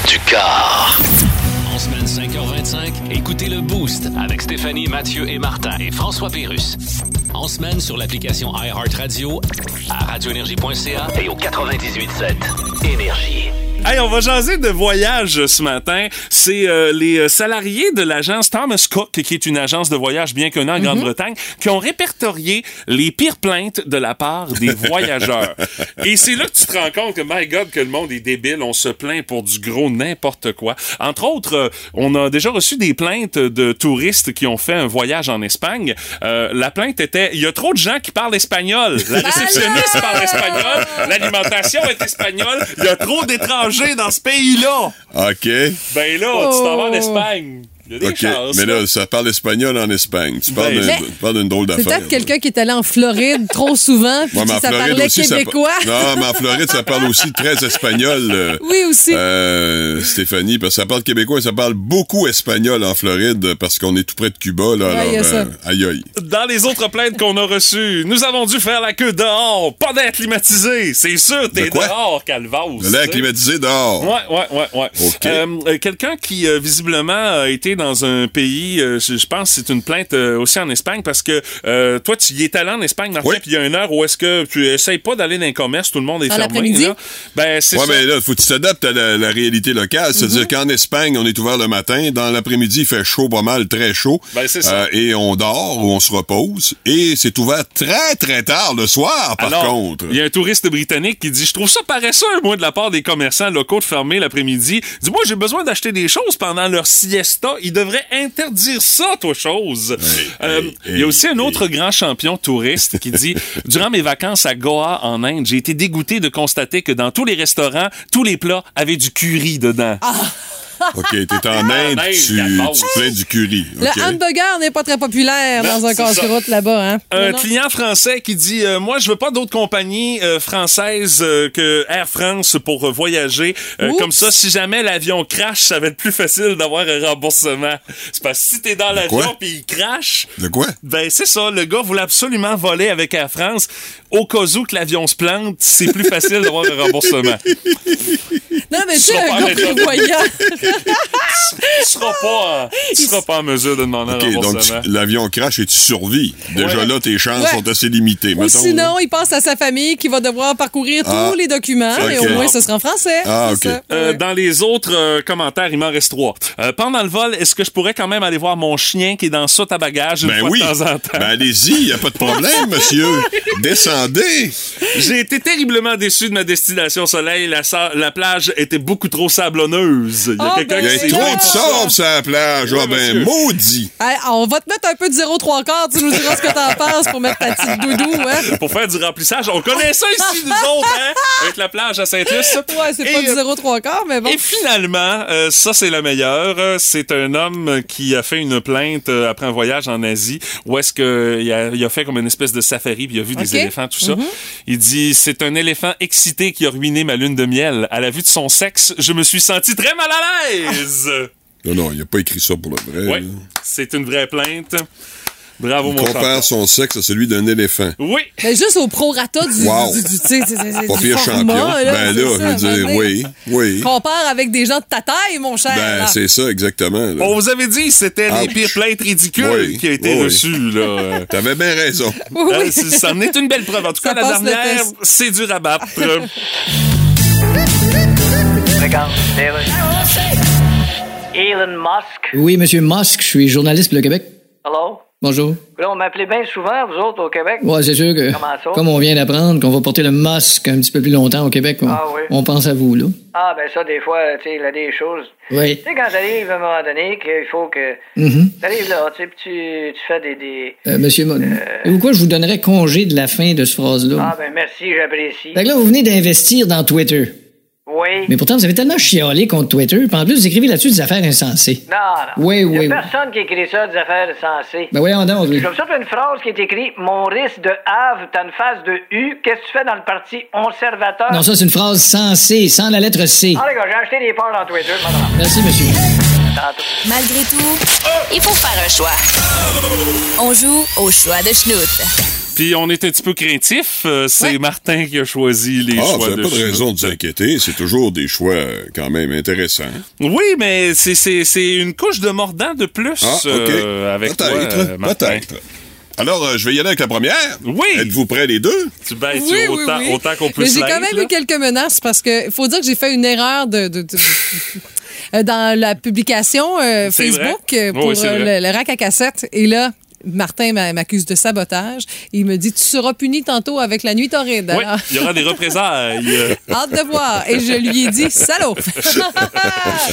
S4: du car.
S7: En semaine 5h25, écoutez le Boost avec Stéphanie, Mathieu et Martin et François Pérus. En semaine sur l'application iHeartRadio, à radioénergie.ca et au 98.7 Énergie.
S1: Hey, on va jaser de voyage euh, ce matin. C'est euh, les euh, salariés de l'agence Thomas Cook, qui est une agence de voyage bien connue en Grande-Bretagne, qui ont répertorié les pires plaintes de la part des voyageurs. Et c'est là que tu te rends compte que, my God, que le monde est débile. On se plaint pour du gros n'importe quoi. Entre autres, euh, on a déjà reçu des plaintes de touristes qui ont fait un voyage en Espagne. Euh, la plainte était, il y a trop de gens qui parlent espagnol. La réceptionniste parle espagnol, l'alimentation est espagnole, il y a trop d'étrangers dans ce pays-là.
S9: OK.
S1: Ben là, tu t'en vas en Espagne. Il y a des
S9: OK.
S1: chances.
S9: Mais là, ça parle espagnol en Espagne. Tu parles
S1: Ben,
S9: d'un-
S2: Mais-
S9: tu parles d'une drôle
S2: C'est
S9: d'affaire.
S2: peut-être quelqu'un qui est allé en Floride trop souvent, puis
S9: Ouais, mais en
S2: ça
S9: Floride
S2: parlait
S9: aussi, ça pa-
S2: québécois.
S9: Non, mais en Floride, ça parle aussi très espagnol. euh,
S2: Oui, aussi.
S9: euh, Stéphanie, parce que ça parle québécois et ça parle beaucoup espagnol en Floride euh, parce qu'on est tout près de Cuba. Là,
S1: Ouais,
S9: alors,
S1: il y a ça.
S9: euh, aïe aïe.
S1: Dans les autres plaintes qu'on a reçues, nous avons dû faire la queue dehors, pas d'air climatisé. C'est sûr, t'es
S9: De quoi?
S1: dehors, Calvados.
S9: Le lac
S1: tu sais.
S9: climatisé dehors.
S1: Ouais, ouais, ouais, ouais. Euh, euh, Quelqu'un qui, euh, visiblement, a été dans un pays, euh, je je pense que c'est une plainte euh, aussi en Espagne, parce que euh, toi, tu y es allé en Espagne, Martin, puis il y a une heure où est-ce que tu essayes pas d'aller dans les commerces, tout le monde est
S2: En
S1: fermé.
S2: l'après-midi?
S1: Là. Ben, c'est
S9: Ouais,
S1: ça.
S9: mais là, faut que tu t'adaptes à la, la réalité locale.
S1: Mhm.
S9: C'est-à-dire qu'en Espagne, on est ouvert le matin. Dans l'après-midi, il fait chaud, pas mal, très chaud. Euh,
S1: Ben, c'est ça.
S9: et on dort ou on se repose. Et c'est ouvert très, très tard le soir, par
S1: Alors,
S9: contre.
S1: Il y a un touriste britannique qui dit Je trouve ça paresseux, moi, de la part des commerçants locaux de fermer l'après-midi. Dis-moi, j'ai besoin d'acheter des choses pendant leur siesta. Ils devraient interdire ça, toi, chose. Euh, il y a aussi un autre grand champion touriste qui dit Durant mes vacances à Goa, en Inde, j'ai été dégoûté de constater que dans tous les restaurants, tous les plats avaient du curry dedans.
S9: OK,
S1: Ah,
S9: t'es en Inde, tu,
S1: Calvados.
S9: tu te plains du curry.
S2: Le
S9: OK.
S2: hamburger n'est pas très populaire
S1: Non,
S2: dans un
S1: c'est
S2: casse-croûte là-bas. Hein?
S1: Un
S2: Non, non.
S1: client français qui dit euh, moi je veux pas d'autres compagnies euh, françaises euh, que Air France pour euh, voyager Euh,
S2: Oups.
S1: comme ça si jamais l'avion crash ça va être plus facile d'avoir un remboursement c'est parce que si t'es dans l'avion
S9: quoi?
S1: puis il crash
S9: De quoi?
S1: ben c'est ça le gars voulait absolument voler avec Air France au cas où que l'avion se plante c'est plus facile d'avoir un remboursement tu
S2: Non, mais tu sais,
S1: Ils sont
S2: un
S1: pas
S2: gars
S1: arrêtés.
S2: prévoyant.
S1: seras pas en- tu seras pas en mesure de demander un
S9: OK, donc
S1: remboursement
S9: tu- l'avion crash et tu survis. Déjà
S1: Ouais.
S9: là, tes chances
S2: Ouais.
S9: sont assez limitées.
S2: Ou
S9: mettons.
S2: sinon, il passe à sa famille qui va devoir parcourir
S9: Ah,
S2: tous les documents,
S9: ok.
S2: et au moins, ce sera en français.
S9: Ah,
S2: C'est
S9: ok.
S2: ça.
S1: Euh, dans les autres euh, commentaires, il m'en reste trois. Euh, pendant le vol, est-ce que je pourrais quand même aller voir mon chien qui est dans le soute à bagages une
S9: Ben
S1: fois
S9: oui.
S1: de temps en temps?
S9: Ben allez-y, il a pas de problème, monsieur. Descendez.
S1: J'ai été terriblement déçu de ma destination soleil. La, sa- la plage était beaucoup trop sablonneuse. Il y a
S2: Ah,
S1: quelqu'un
S9: Il y
S2: ben,
S1: qui
S9: a
S1: s'est
S9: trop
S1: plaint
S9: de sable
S1: pour
S9: sur la plage. Ah ben, maudit.
S2: Hey, on va te mettre un peu de 0 3 quarts, tu nous diras ce que t'en penses pour mettre ta petite doudou, hein?
S1: ça, Pour faire du remplissage. On connaît ça ici, nous autres, hein? Avec la plage à Saint-Luc.
S2: Ouais, c'est pas
S1: Et,
S2: du 0 3 quarts, mais bon.
S1: Et finalement, euh, ça c'est la meilleure. Euh, C'est un homme qui a fait une plainte euh, après un voyage en Asie, où est-ce que il a, il a fait comme une espèce de safari, puis il a vu
S2: Ok. Mm-hmm.
S1: des éléphants, tout ça. Il dit c'est un éléphant excité qui a ruiné ma lune de miel. À la vue de son sexe, je me suis senti très mal à l'aise.
S2: Euh.
S9: Non, non, il a pas écrit ça pour le vrai.
S1: ouais,
S9: là.
S1: c'est une vraie plainte. Bravo
S9: Il
S1: mon
S9: compare
S1: champion.
S9: son sexe à celui d'un éléphant.
S1: Oui,
S2: Mais juste au prorata du,
S9: Wow.
S2: du, du- tu sais, c'est- c'est- c'est
S9: Pas
S2: du
S9: pire
S2: format,
S9: champion.
S2: là,
S9: ben là,
S2: c'est ça,
S9: je veux dire,
S2: un moment donné.
S9: oui, oui.
S2: Compare avec des gens de ta taille, mon cher.
S9: Ben,
S2: là.
S9: c'est ça, exactement. là.
S1: on vous avait dit c'était les
S9: Ouch.
S1: pires plaintes ridicules
S9: Ah. Oui,
S1: qui a été
S9: oui, oui.
S1: reçues là.
S9: T'avais bien raison.
S2: Oui,
S1: Ah,
S2: oui.
S1: c'est- ça en est une belle preuve. En tout
S2: Ça
S1: cas, la
S2: passe le
S1: dernière,
S2: test.
S1: c'est dur à battre.
S12: Elon Musk.
S5: Oui, Monsieur Musk, je suis journaliste pour le Québec.
S12: Hello?
S5: Bonjour.
S12: Là, on m'appelait bien souvent, vous autres, au Québec.
S5: Ouais, c'est sûr que,
S12: Comment ça?
S5: comme on vient d'apprendre qu'on va porter le masque un petit peu plus longtemps au Québec, on,
S12: Ah oui.
S5: on pense à vous, là.
S12: Ah, ben ça, des fois, tu sais, il a des choses.
S5: Oui.
S12: Tu sais, quand t'arrives à un moment donné, qu'il faut que.
S5: Mhm.
S12: T'arrives là, tu sais, puis tu, tu fais des. des...
S5: Euh, monsieur Mo- Et pourquoi je vous donnerais congé de la fin de cette phrase-là?
S12: Ah, ben merci, j'apprécie.
S5: Fait que là, vous venez d'investir dans Twitter.
S12: Oui.
S5: Mais pourtant, vous avez tellement chialé contre Twitter, puis en plus, vous écrivez là-dessus des affaires insensées.
S12: Non, non.
S5: Oui,
S12: Il y a
S5: oui, oui.
S12: personne qui écrit ça, des affaires sensées.
S5: Ben voyons donc, oui.
S12: C'est comme ça, t'as une phrase qui est écrite Maurice de Havre, t'as une phase de U. Qu'est-ce que tu fais dans le parti conservateur?
S5: Non, ça, c'est une phrase sensée, sans la lettre C.
S12: Ah, les gars, j'ai acheté des parts dans Twitter, madame.
S5: Merci, monsieur.
S3: Malgré tout, il faut faire un choix. On joue au choix de Schnout.
S1: Puis on est un petit peu craintif. euh, c'est Martin qui a choisi les
S9: Ah, vous
S1: choix de
S9: n'avez pas de
S1: Chinois.
S9: raison de vous inquiéter. C'est toujours des choix euh, quand même intéressants.
S1: Oui, mais c'est- c'est c'est une couche de mordant de plus
S9: Ah, OK.
S1: euh, avec toi,
S9: Peut-être,
S1: euh, Martin.
S9: peut-être. Alors, euh, je vais y aller avec la première.
S1: Oui.
S9: Êtes-vous prêts les deux?
S1: Tu baisses
S2: Oui, oui, oui. Mais j'ai quand même eu quelques menaces parce que faut dire que j'ai fait une erreur de, de- de- euh, dans la publication euh,
S13: C'est
S2: Facebook
S13: vrai.
S2: euh,
S13: Oui,
S2: pour
S13: c'est
S2: euh,
S13: vrai.
S2: le, le rack à cassette. Et là, Martin m'a- m'accuse de sabotage. Il me dit Tu seras puni tantôt avec la nuit torride.
S1: Oui,
S2: Alors,
S1: il y aura des représailles.
S2: Hâte de voir. Et je lui ai dit Salaud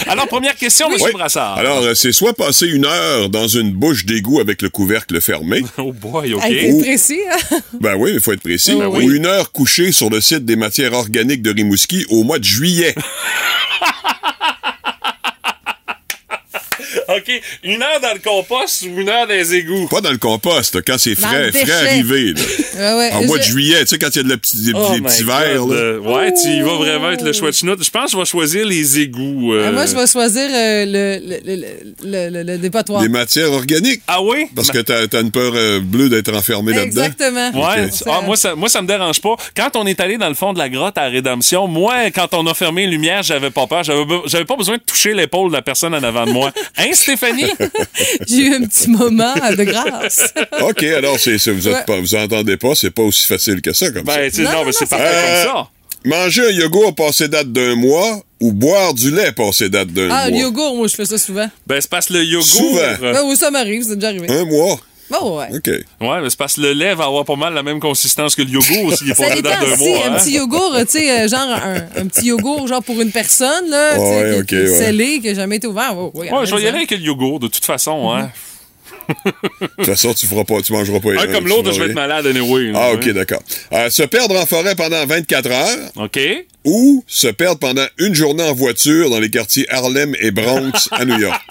S1: Alors, première question, M. Brassard.
S9: Alors, euh, c'est soit passer une heure dans une bouche d'égout avec le couvercle fermé.
S1: oh boy, OK.
S2: Hey, C'est précis. hein?
S9: Ben oui, il faut être précis.
S2: Ben oui.
S9: Ou une heure couchée sur le site des matières organiques de Rimouski au mois de juillet.
S1: OK, une heure dans le compost ou une heure dans les égouts?
S9: Pas dans le compost, quand c'est
S1: Dans
S9: frais,
S1: le
S9: frais
S1: déchet. Ben,
S9: arrivé. là.
S2: Ouais, ouais.
S9: en mois de
S2: Je-
S9: juillet, tu sais, quand il y a de la petite- des,
S1: Oh
S9: des
S1: my
S9: petits
S1: God,
S9: verres. là.
S1: euh, ouais, tu y vas vraiment avec le choix de chenoute. Je pense que je vais choisir les égouts. euh,
S2: Ah, Moi, je vais choisir euh, le, le, le- le- le- le dépotoir.
S9: Des matières organiques.
S1: Ah oui?
S9: Parce que t'as t'as une peur euh, bleue d'être enfermé là-dedans.
S2: Exactement.
S1: Ouais.
S9: Ok.
S1: Ah, moi, ça, moi, ça me dérange pas. Quand on est allé dans le fond de la grotte à Rédemption, moi, quand on a fermé les lumières, j'avais pas peur. J'avais be- j'avais pas besoin de toucher l'épaule de la personne en avant de moi. Hein, Stéphanie?
S2: J'ai eu un petit moment euh, de grâce.
S9: OK, alors, c'est ça, vous, êtes
S2: Ouais.
S9: pas- vous entendez pas, c'est pas aussi facile que ça, comme ça.
S1: Ben, tu sais, Non, non, non, mais c'est c'est parfait
S9: Euh,
S1: comme ça.
S9: Manger un yogourt passé date d'un mois ou boire du lait passé date d'un
S2: Ah, le
S9: mois.
S2: yogourt, moi, je fais ça souvent.
S1: Ben, c'est parce que le yogourt. euh,
S9: Souvent.
S1: Ah.
S2: Ben, oui, ça m'arrive, c'est déjà arrivé.
S1: Hein?
S9: Un mois.
S2: Bon, ouais.
S9: OK.
S1: Ouais, mais c'est parce que le lait va avoir pas mal la même consistance que le yogourt s'il est
S2: Ça
S1: pas dedans
S2: dépend
S1: d'un
S2: aussi,
S1: mois.
S2: un
S1: hein.
S2: petit yogourt, tu sais, euh, genre un, un petit yogourt, genre pour une personne, là, tu sais,
S1: Ouais,
S2: qui-
S1: ok,
S2: qui
S1: ouais.
S2: est scellé, qui n'a jamais été ouvert. Oh, oui,
S1: Ouais, je vais y
S2: raison.
S1: aller avec le yogourt, de toute façon, hein.
S9: De toute façon, tu feras pas, tu mangeras pas.
S1: Un
S9: les
S1: comme
S9: rêves,
S1: l'autre,
S9: tu
S1: je vais
S9: vas
S1: être malade anyway. hein.
S9: rien. Ah, OK, d'accord. Euh, se perdre en forêt pendant 24 heures.
S1: OK.
S9: Ou se perdre pendant une journée en voiture dans les quartiers Harlem et Bronx à New York.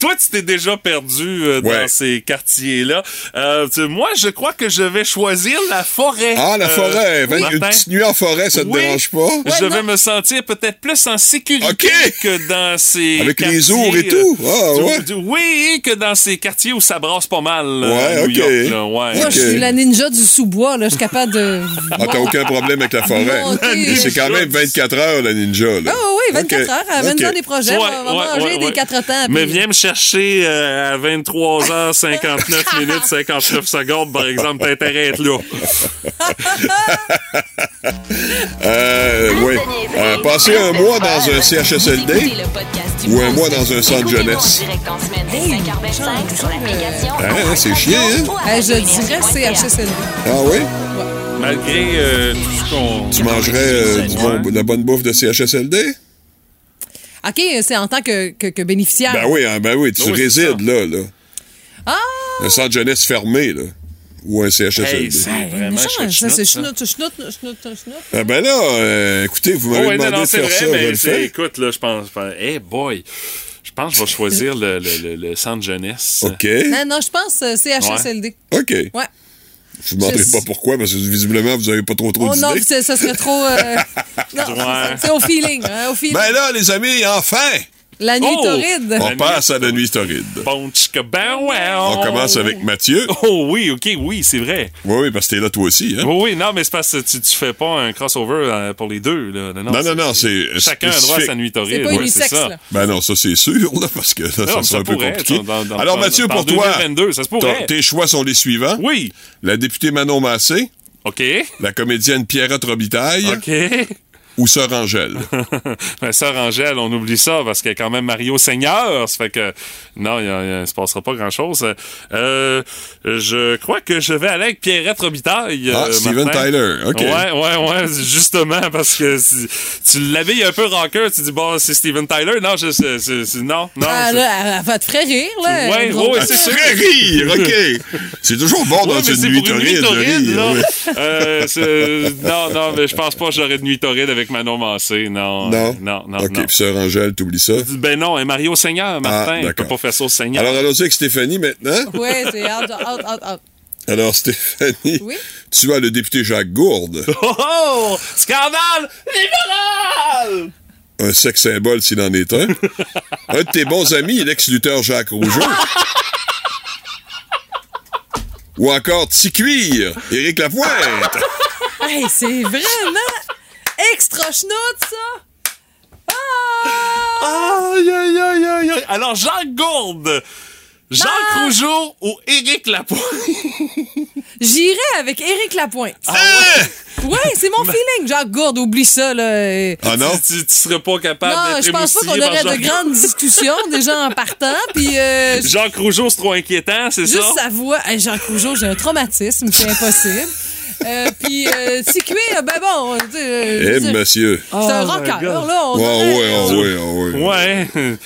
S1: Toi, tu t'es déjà perdu euh, dans ces quartiers-là. Euh, tu- moi, je crois que je vais choisir la forêt.
S9: Ah, la
S1: Euh,
S9: forêt! Vingt- Une
S1: Martin?
S9: petite nuit en forêt, ça te
S1: Oui.
S9: dérange pas?
S1: je vais me sentir peut-être plus en sécurité que dans ces
S9: Avec
S1: quartiers,
S9: les ours et tout?
S1: euh,
S9: Ah,
S1: du-
S9: ouais.
S1: du- oui, que dans ces quartiers où ça brasse pas mal.
S9: Ouais,
S1: euh, à New
S9: ok.
S1: York, là, ouais.
S2: Moi, je suis la ninja du sous-bois, là, je suis capable de.
S9: Ah, t'as aucun problème avec la forêt.
S2: Mon Dieu.
S9: Mais c'est quand même 24 heures, la ninja. Là.
S2: Ah, oui, 24
S9: Ok.
S2: heures, amène
S9: Ok.
S2: des projets,
S1: Ouais,
S2: on va
S1: ouais,
S2: manger
S1: ouais,
S2: des
S1: ouais.
S2: quatre temps.
S1: Mais
S2: puis-
S1: viens me chercher euh, à 23h59 minutes 59 secondes, par exemple, t'intéresses là.
S9: Euh, oui. Euh, passer un mois dans un
S3: Écoutez
S9: CHSLD
S3: le podcast du
S9: ou un mois
S3: Boost.
S9: dans un centre
S3: Écoutez-nous
S9: jeunesse.
S3: en direct en semaine dès 5h25 sur l'application
S9: Hein, hein, c'est chiant, hein?
S2: Eh, je dirais CHSLD.
S9: Ah oui?
S1: Malgré euh, tout ce qu'on.
S9: Tu mangerais euh, du bon- de la bonne bouffe de CHSLD?
S2: OK, c'est en tant que, que, que bénéficiaire.
S9: Ben oui, hein, ben oui, tu
S2: Oui, c'est
S9: résides là, là.
S2: Ah!
S9: Un centre jeunesse fermé, là. Ou un CHSLD.
S1: Hey, c'est vraiment
S2: Ça,
S1: chouette
S2: ça, c'est
S1: chenoute,
S2: chenoute, chenoute, chenoute, chenoute.
S9: Ah ben là, euh, écoutez, vous m'avez
S1: Oh, ouais, non,
S9: demandé
S1: non,
S9: de
S1: c'est
S9: faire
S1: vrai,
S9: ça, je vais
S1: mais
S9: le
S1: c'est-
S9: faire.
S1: écoute, là, je pense. Eh boy! Je pense que je vais choisir le, le- le- le centre jeunesse.
S9: OK.
S2: Non, non, je pense euh, CHSLD.
S9: OK.
S2: Ouais.
S9: Je vous demanderai
S2: Je-
S9: pas pourquoi, parce que visiblement, vous n'avez pas trop trop
S2: Oh non,
S9: d'idées.
S2: c'est- ça serait trop. euh, non,
S9: Ouais.
S2: c'est au feeling. hein, au feeling.
S9: Ben là, les amis, enfin!
S2: La nuit
S1: Oh!
S2: torride.
S9: On passe à la nuit torride. On commence avec Mathieu.
S1: ben Oh oui, OK, oui, c'est vrai.
S9: Oui, oui, parce que t'es là toi aussi. Hein?
S1: Oui, oui, non, mais c'est parce que tu, tu fais pas un crossover euh, pour les deux. Là. Non,
S9: Non,
S1: c'est-
S9: non, non, c'est.
S1: Chacun a droit à
S9: spécifique.
S1: sa nuit torride. ouais, ça.
S9: Ben non, ça c'est sûr, là, parce que là,
S1: Non,
S9: ça
S1: mais ça
S9: sera un peu
S1: pourrait,
S9: compliqué.
S1: dans- dans-
S9: Alors,
S1: dans-
S9: Mathieu,
S1: dans
S9: pour toi,
S1: 2022, ça se pourrait.
S9: ton- tes choix sont les suivants.
S1: Oui.
S9: La députée Manon Massé.
S1: OK.
S9: La comédienne Pierrette Robitaille.
S1: OK.
S9: ou Sœur Angèle?
S1: Mais Sœur Angèle, on oublie ça parce qu'il y a quand même Mario Seigneur. Ça fait que non, il ne se passera pas grand-chose. Euh, je crois que je vais aller avec Pierrette Robitaille.
S9: Ah,
S1: euh,
S9: Steven
S1: Martin.
S9: Tyler, OK.
S1: Ouais, ouais, ouais, justement, parce que si- tu l'habilles un peu rancœur, tu dis, bon, c'est Steven Tyler. Non, je, c'est- c'est- c'est- non, non.
S2: Ah,
S1: je-
S2: là, elle- elle va te faire rire, là.
S1: Ouais,
S2: Elle
S1: ouais,
S2: va-
S1: c'est sûr.
S9: rire, OK. C'est toujours bon dans
S1: Ouais, mais
S9: une
S1: c'est
S9: nuit
S1: pour une nuit
S9: torride. de
S1: torride,
S9: rire,
S1: là.
S9: oui.
S1: Euh, c'est- non, non, mais je pense pas que j'aurais de nuit torride avec Manon Massé. Non,
S9: Non?
S1: non, non.
S9: OK,
S1: non.
S9: puis Sœur Angèle, t'oublies ça?
S1: Ben non, et Mario Seigneur, Martin. il peut
S9: Ah, d'accord.
S1: pas faire ça au Seigneur.
S9: Alors, allons-y avec Stéphanie maintenant.
S2: Ouais, c'est out, out, out, out.
S9: Alors, Stéphanie, tu as le député Jacques Gourde.
S1: Oh, oh! Scandale libéral!
S9: un sex symbole s'il en est un. un de tes bons amis, l'ex-lutteur Jacques Rougeau. Ou encore Ticuire, Éric Lapointe.
S2: Hey, c'est vraiment extra chenoute, ça! Ah!
S1: Aïe, aïe, aïe, aïe, aïe. Alors, Jacques Gourde, Jacques
S2: Ah!
S1: Rougeau ou Éric Lapointe?
S2: J'irai avec Éric Lapointe.
S1: Ah.
S9: Ah
S1: ouais?
S2: Ouais, c'est mon feeling. Jacques Gourde, oublie ça, là.
S9: Ah non?
S1: Tu, tu- tu serais pas capable
S2: Non,
S1: d'être
S2: je pense pas qu'on
S1: émoustillé par
S2: aurait de
S1: Jacques-
S2: grandes discussions déjà en partant. Puis euh,
S1: Jacques Rougeau, c'est trop inquiétant, c'est ça?
S2: juste sa voix. Hey, Jean Rougeau, j'ai un traumatisme, c'est impossible. Euh, puis euh, TQI, euh, ben bon, tu sais, euh, je veux
S9: Eh,
S2: dire,
S9: monsieur.
S2: c'est un rocker, là.
S9: Ah
S2: On euh,
S9: ouais, ah ouais, ah ouais.
S1: Ouais. euh,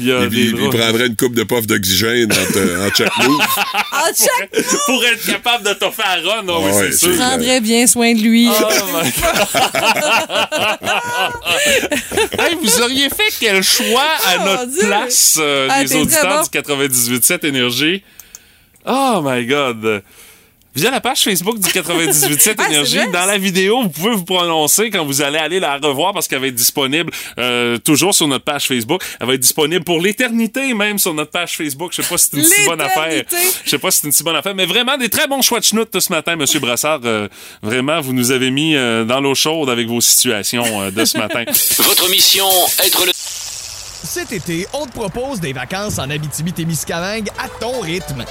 S1: Il,
S9: il, il prendrait une coupe de pof d'oxygène en, te- en chaque move.
S2: En check,
S1: Pour être capable de te faire run,
S9: Ah
S1: oh, oui,
S9: Ouais,
S1: c'est
S2: je
S1: sûr.
S2: prendrais bien soin de lui.
S1: Ah, Oh Hey, vous auriez fait quel choix à
S2: Oh,
S1: notre
S2: mon Dieu.
S1: place, euh,
S2: Ah,
S1: les
S2: t'es
S1: auditeurs
S2: très
S1: du 98.7 Énergie? Oh my God! Via la page Facebook du 98.7
S2: Ah, c'est
S1: Énergie,
S2: vrai.
S1: dans la vidéo, vous pouvez vous prononcer quand vous allez aller la revoir parce qu'elle va être disponible euh, toujours sur notre page Facebook. Elle va être disponible pour l'éternité même sur notre page Facebook. Je sais pas si c'est une si bonne affaire.
S2: L'éternité.
S1: Je sais pas si c'est une si bonne affaire, mais vraiment des très bons choix de schnout ce matin, Monsieur Brassard. Euh, vraiment, vous nous avez mis euh, dans l'eau chaude avec vos situations euh, de ce matin.
S4: Votre mission, être le...
S8: Cet été, on te propose des vacances en Abitibi-Témiscamingue à ton rythme.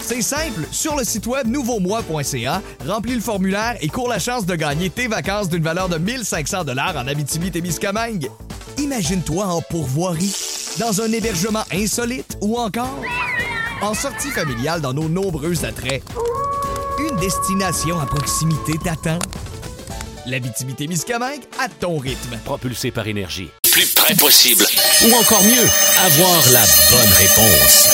S8: C'est simple, sur le site web nouveaumois.ca, remplis le formulaire et cours la chance de gagner tes vacances d'une valeur de 1500 dollars en Abitibi-Témiscamingue. Imagine-toi en pourvoirie, dans un hébergement insolite ou encore en sortie familiale dans nos nombreux attraits. Une destination à proximité t'attend. L'Abitibi-Témiscamingue à ton rythme.
S13: Propulsé par énergie.
S4: Plus près possible.
S13: Ou encore mieux, avoir la bonne réponse.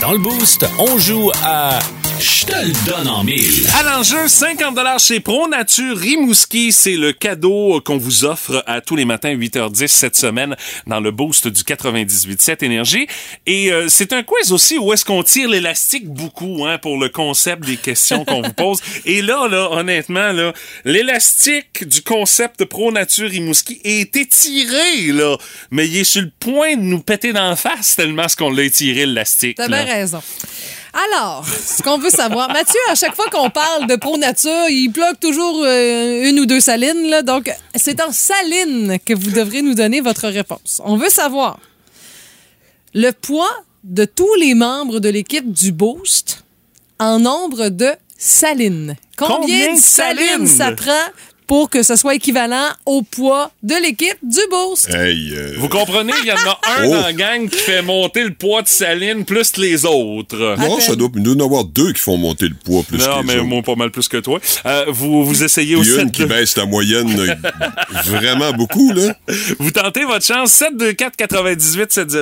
S13: Dans le boost, on joue à Je te le donne en mille.
S1: À l'enjeu, 50 chez Pro Nature Rimouski. C'est le cadeau qu'on vous offre à tous les matins 8h10 cette semaine dans le boost du 98.7 Énergie. Et euh, c'est un quiz aussi où est-ce qu'on tire l'élastique beaucoup hein, pour le concept des questions qu'on vous pose. Et là, là, honnêtement, là, l'élastique du concept Pro Nature Rimouski a été tiré, là. Mais il est sur le point de nous péter d'en face tellement ce qu'on l'a tiré, l'élastique.
S2: T'as bien
S1: là.
S2: raison. Alors, ce qu'on veut savoir, Mathieu, à chaque fois qu'on parle de Pro Nature, il bloque toujours euh, une ou deux salines. Là, donc, c'est en saline que vous devrez nous donner votre réponse. On veut savoir le poids de tous les membres de l'équipe du Boost en nombre de salines. Combien,
S10: Combien
S2: de
S10: de salines?
S2: salines ça prend pour que ce soit équivalent au poids de l'équipe du Boost?
S9: euh,
S1: Vous comprenez, il y en a un
S9: Oh.
S1: dans la gang qui fait monter le poids de Saline plus que les autres.
S9: Non, ça doit il doit y en avoir deux qui font monter le poids plus
S1: Non,
S9: que les
S1: mais
S9: autres.
S1: moi, pas mal plus que toi. Euh, vous, vous essayez
S9: Puis
S1: aussi.
S9: une qui baisse la moyenne euh, vraiment beaucoup, là.
S1: Vous tentez votre chance. 724 9870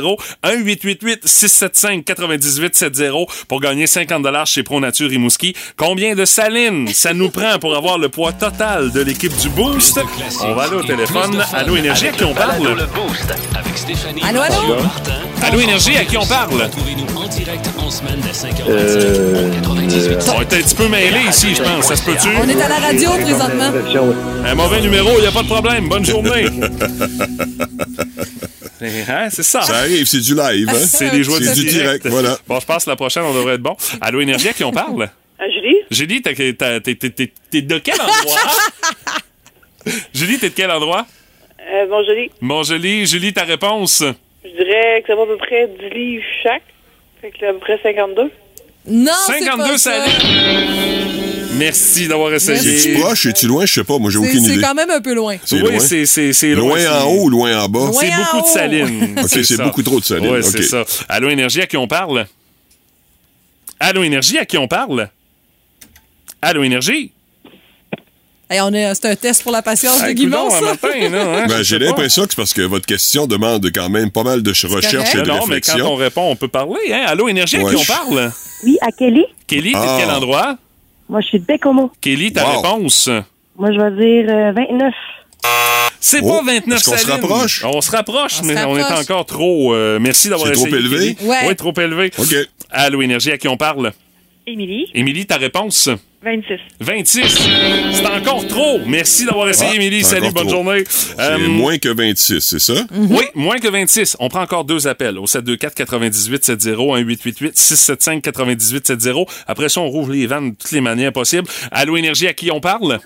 S1: 1888 675 9870 pour gagner 50 chez Pro Nature Rimouski. Combien de salines ça nous prend pour avoir le poids total de l'équipe du Boost? On va aller au téléphone. Allô Énergie, à qui on
S7: Avec le balado
S1: parle?
S7: Le Boost avec Stéphanie.
S1: Allô, allô?
S7: Mathieu, Martin.
S1: Allô Énergie, à qui on parle?
S7: Retrouvez-nous en direct en semaine dès 5h25.
S1: Euh, on est un petit peu mêlés ici, je pense. Ça se peut-tu?
S2: On est à la radio présentement.
S1: Un mauvais numéro, il n'y a pas de problème. Bonne journée. Hein, c'est ça.
S9: Ça arrive, c'est du live. Hein?
S1: C'est des joies
S9: C'est du direct, voilà.
S1: Bon, je pense que la prochaine, on devrait être bon. Allô Énergie, à qui on parle?
S14: Euh, Julie?
S1: Julie, t'as- t'as- t'es t'es- t'es- t'es de quel endroit? Julie, t'es de quel endroit?
S14: Euh, bon, Julie,
S1: Bon, Julie, Julie, ta réponse?
S14: je dirais que ça va à peu près 10 livres chaque. Fait que là, à peu près 52.
S2: Non,
S14: c'est
S1: 52
S14: pas ça.
S1: salines. Merci d'avoir essayé.
S9: Es-tu proche? Es-tu loin? Je sais pas. Moi, j'ai
S2: C'est
S9: aucune
S2: c'est
S9: idée.
S2: quand même un peu loin.
S9: C'est
S1: Oui,
S9: loin.
S1: c'est- c'est- c'est loin,
S9: loin.
S1: c'est-
S9: en haut ou loin en bas?
S2: Loin
S1: C'est
S2: en
S1: beaucoup de
S2: haut.
S1: saline.
S9: OK, c'est
S1: ça.
S9: beaucoup trop de saline.
S1: Ouais,
S9: OK.
S1: c'est ça. Allô Énergie, à qui on parle? Allô Énergie, à qui on parle? Allô Énergie?
S2: Hey, on est, euh, c'est un test pour la patience
S1: Hey,
S2: de Guimond,
S1: coudonc,
S2: ça.
S1: un matin, là, hein?
S9: Ben,
S1: Je
S9: j'ai
S1: sais pas.
S9: l'impression que c'est parce que votre question demande quand même pas mal de ch- recherche et de
S1: Non, mais quand on
S9: réflexion.
S1: répond, on peut parler. Hein? Allô Énergie, à
S9: Ouais,
S1: qui on
S9: je-
S1: parle?
S15: Oui, à Kelly.
S1: Kelly, t'es de
S9: Ah.
S1: quel endroit?
S15: Moi, je suis de Bécomo.
S1: Kelly, ta
S9: Wow.
S1: réponse?
S15: Moi, je vais dire euh, 29.
S1: C'est
S9: Oh,
S1: pas 29
S9: est-ce qu'on se
S1: salines.
S9: rapproche?
S1: On se rapproche,
S15: On se
S1: mais on est
S15: rapproche.
S1: encore trop. euh, merci d'avoir
S9: C'est trop
S1: essayé.
S9: élevé?
S1: Kelly.
S15: Ouais.
S1: Oui, trop élevé.
S9: OK.
S1: Allô Énergie, à qui on parle?
S15: Émilie,
S1: Émilie, ta réponse?
S15: 26.
S1: 26. C'est encore trop. Merci d'avoir essayé,
S9: Ah,
S1: Émilie.
S9: c'est
S1: Salut,
S9: encore
S1: bonne
S9: trop.
S1: journée.
S9: C'est
S1: Euh,
S9: moins que 26, c'est ça?
S1: Oui, moins que 26. On prend encore deux appels au 724-98-70-1888-675-98-70. Après ça, on rouvre les vannes de toutes les manières possibles. Allô, Énergie, à qui on parle?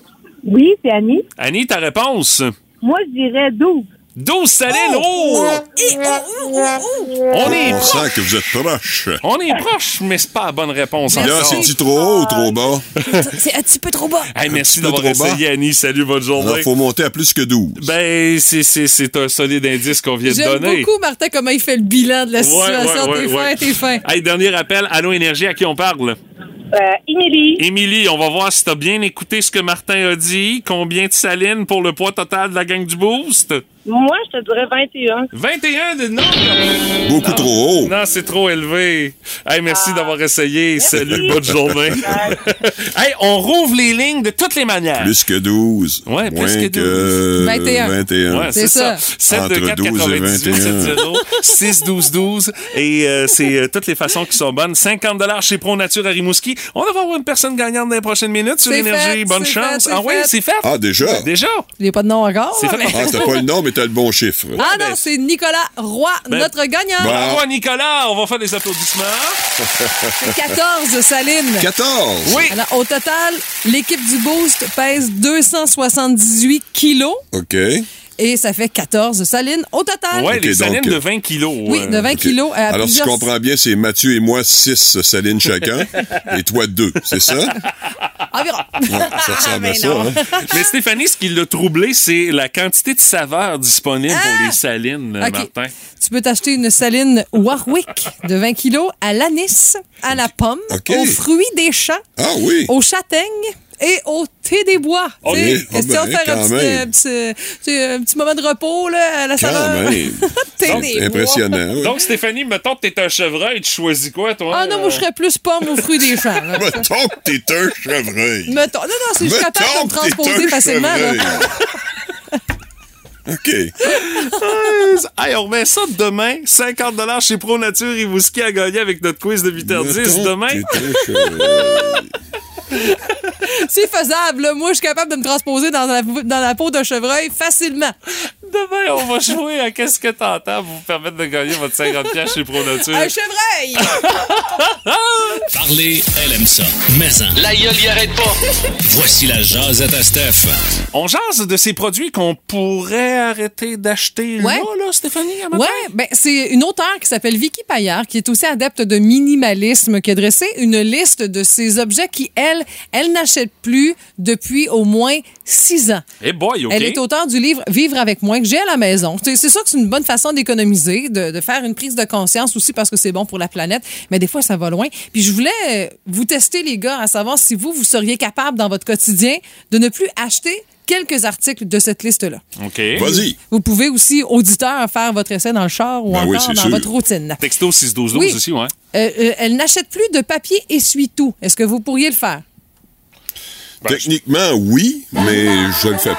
S15: Oui, c'est Annie.
S1: Annie, ta réponse?
S15: Moi, je dirais 12.
S1: 12 salines. Oh!
S2: oh,
S1: On est
S9: On
S1: proche.
S9: sent que vous êtes proche.
S1: On est proche, mais c'est pas la bonne réponse.
S9: Là,
S1: encore.
S9: c'est-tu trop haut ou trop bas?
S2: C'est un petit peu trop bas.
S1: Hey, merci
S9: petit peu
S1: d'avoir
S9: trop bas.
S1: essayé, Annie. Salut, bonne
S9: Alors,
S1: journée.
S9: faut monter à plus que 12.
S1: Ben, c'est- c'est c'est un solide indice qu'on vient de
S2: J'aime
S1: donner.
S2: beaucoup, Martin, comment il fait le bilan de la
S1: Ouais,
S2: situation.
S1: ouais, ouais,
S2: t'es
S1: ouais.
S2: fin, t'es fin.
S1: Hey, dernier appel, Allô Énergie, à qui on parle?
S15: Euh, Émilie.
S1: Émilie, on va voir si t'as bien écouté ce que Martin a dit. Combien de salines pour le poids total de la gang du Boost?
S15: Moi, je te dirais 21.
S1: 21 de non! euh,
S9: Beaucoup
S1: Non.
S9: trop haut.
S1: Non, c'est trop élevé. Hey, merci
S2: Ah.
S1: d'avoir essayé. Salut, bonne journée. hey, on rouvre les lignes de toutes les manières.
S9: Plus que 12.
S1: Ouais, plus
S9: moins
S1: que 12.
S2: 21.
S9: 21.
S1: Ouais,
S2: C'est
S1: c'est ça.
S2: ça.
S1: 7 2
S9: Entre
S1: 4
S9: 12 et
S1: 98 7 0 6 12 12 et euh, c'est euh, toutes les façons qui sont bonnes. 50 dollars chez Pro Nature à Rimouski. On va avoir une personne gagnante dans les prochaines minutes sur
S2: C'est
S1: énergie.
S2: fait,
S1: Bonne
S2: c'est
S1: chance.
S2: fait, c'est
S1: ah oui,
S2: fait.
S1: c'est fait.
S9: Ah, déjà?
S1: Déjà.
S2: Il n'y a pas de nom encore.
S1: C'est fait.
S2: là, mais-
S9: Ah, t'as pas le nom, mais t'as le bon chiffre.
S2: Ah
S1: ben,
S2: non, c'est Nicolas Roy,
S1: Ben-
S2: notre gagnant.
S9: Ah.
S1: Bravo à Nicolas, on va faire des applaudissements.
S2: C'est 14, Saline.
S9: 14.
S1: Oui.
S2: Alors, au total, l'équipe du Boost pèse 278 kilos
S9: OK.
S2: et ça fait 14 salines au total.
S1: Ouais,
S9: Ok,
S1: les salines
S9: donc, euh,
S1: de 20 kilos. euh,
S2: Oui, de 20
S9: OK.
S2: kilos. À
S9: Alors, si je
S2: plusieurs...
S9: comprends bien, c'est Mathieu et moi, 6 salines chacun, et toi, 2. C'est ça?
S2: Environ.
S9: Ouais, ça ressemble à
S2: Ah, Mais
S9: ça.
S2: non.
S9: hein.
S1: Mais Stéphanie, ce qui l'a troublé, c'est la quantité de saveurs disponibles pour les salines,
S2: Ah! Ok.
S1: Martin.
S2: Tu peux t'acheter une saline Warwick de 20 kilos à l'anis, à la pomme,
S9: OK.
S2: aux fruits des champs,
S9: Ah oui.
S2: aux châtaignes et au thé des bois.
S9: OK.
S2: Tu sais,
S9: Ah
S2: Question de
S9: ben,
S2: faire un
S9: quand
S2: petit,
S9: même.
S2: euh, petit, euh, tu sais, un petit moment de repos là, à la
S9: Quand
S2: saveur.
S9: même.
S2: Thé des
S9: C'est
S2: bois.
S9: impressionnant. oui.
S1: Donc, Stéphanie, mettons que t'es un chevreuil, tu choisis quoi, toi?
S2: Ah non, moi, je serais plus pomme aux fruits des champs. là.
S9: Mettons que t'es un chevreuil.
S2: Mettons. Non, non, c'est je suis
S9: Mettons
S2: capable de me
S9: que t'es
S2: transposer
S9: un
S2: facilement. là.
S9: chevreuil. OK.
S1: Hey, on remet ça demain. 50 chez Pro Nature et vous skiez à gagner avec notre quiz de 8h10 demain.
S2: C'est faisable. là. Moi, je suis capable de me transposer dans la, dans la peau d'un chevreuil facilement.
S1: Demain, on va jouer à Qu'est-ce que t'entends pour vous permettre de gagner votre 50 chez Pro Nature.
S2: Un chevreuil!
S13: Parler, elle aime ça. Mais en.
S4: La gueule y arrête pas.
S13: Voici la jasette à Steph.
S1: On jase de ces produits qu'on pourrait arrêter d'acheter
S2: Ouais.
S1: là, là, Stéphanie, à matin?
S2: Ouais, ben c'est une auteure qui s'appelle Vicky Payard, qui est aussi adepte de minimalisme, qui a dressé une liste de ces objets qui, elle, elle n'achète plus depuis au moins six ans.
S1: Eh boy, OK.
S2: Elle est auteure du livre Vivre avec moins que j'ai à la maison. C'est c'est sûr que c'est une bonne façon d'économiser, de, de faire une prise de conscience aussi parce que c'est bon pour la planète, mais des fois ça va loin. Puis je voulais euh, vous tester les gars à savoir si vous vous seriez capable dans votre quotidien de ne plus acheter quelques articles de cette liste là.
S1: OK.
S9: Vas-y.
S2: Vous pouvez aussi auditeur faire votre essai dans le char ou
S9: Ben oui,
S2: encore
S9: c'est
S2: dans
S9: sûr.
S2: votre routine.
S1: Texto 61212
S2: Oui.
S1: aussi, ouais.
S2: Euh, euh, elle n'achète plus de papier essuie-tout. Est-ce que vous pourriez le faire?
S1: Ben,
S9: Techniquement, oui, mais je le fais pas.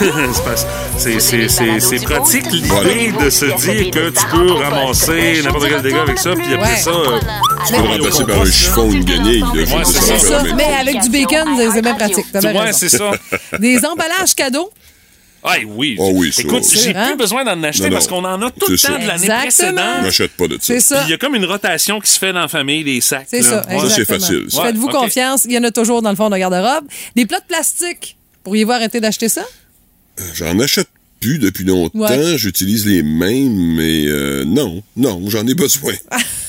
S1: Ah, C'est parce- c'est- c'est- c'est- c'est pratique l'idée
S9: Voilà.
S1: de se dire que tu peux ramasser n'importe quel dégât avec ça, puis après
S2: Ouais.
S1: ça, euh,
S9: Tu peux remplacer par un chiffon, une guenille. là, je
S1: Ouais,
S9: sais
S1: c'est
S9: pas, c'est
S1: ça.
S2: Ça,
S9: la même
S2: mais
S9: chose.
S2: avec du bacon, c'est bien pratique. T'as
S1: tu
S2: bien
S1: vois,
S2: raison.
S1: c'est ça.
S2: Des emballages cadeaux.
S1: Ah oui.
S9: Ah oui, ça,
S1: Écoute,
S9: oui.
S1: j'ai
S2: C'est vrai.
S1: plus besoin d'en acheter
S9: Non,
S1: parce
S9: non.
S1: qu'on en a tout le
S9: C'est
S1: temps
S9: ça.
S1: de l'année
S2: Exactement.
S9: Je
S1: précédente.
S9: n'achète pas de ça.
S2: C'est
S1: Puis
S2: ça.
S1: il y a comme une rotation qui se fait dans la famille des sacs.
S2: C'est ça.
S1: là. Ouais.
S9: Ça, c'est
S2: exactement.
S9: facile, ça.
S2: Faites-vous
S1: Ouais, ok.
S2: confiance. Il y en a toujours dans le fond de la garde-robe. Des plats de plastique. Pourriez-vous arrêter d'acheter ça?
S9: J'en achète plus depuis longtemps.
S2: Ouais.
S9: J'utilise les mêmes, mais euh, non, non, j'en ai besoin.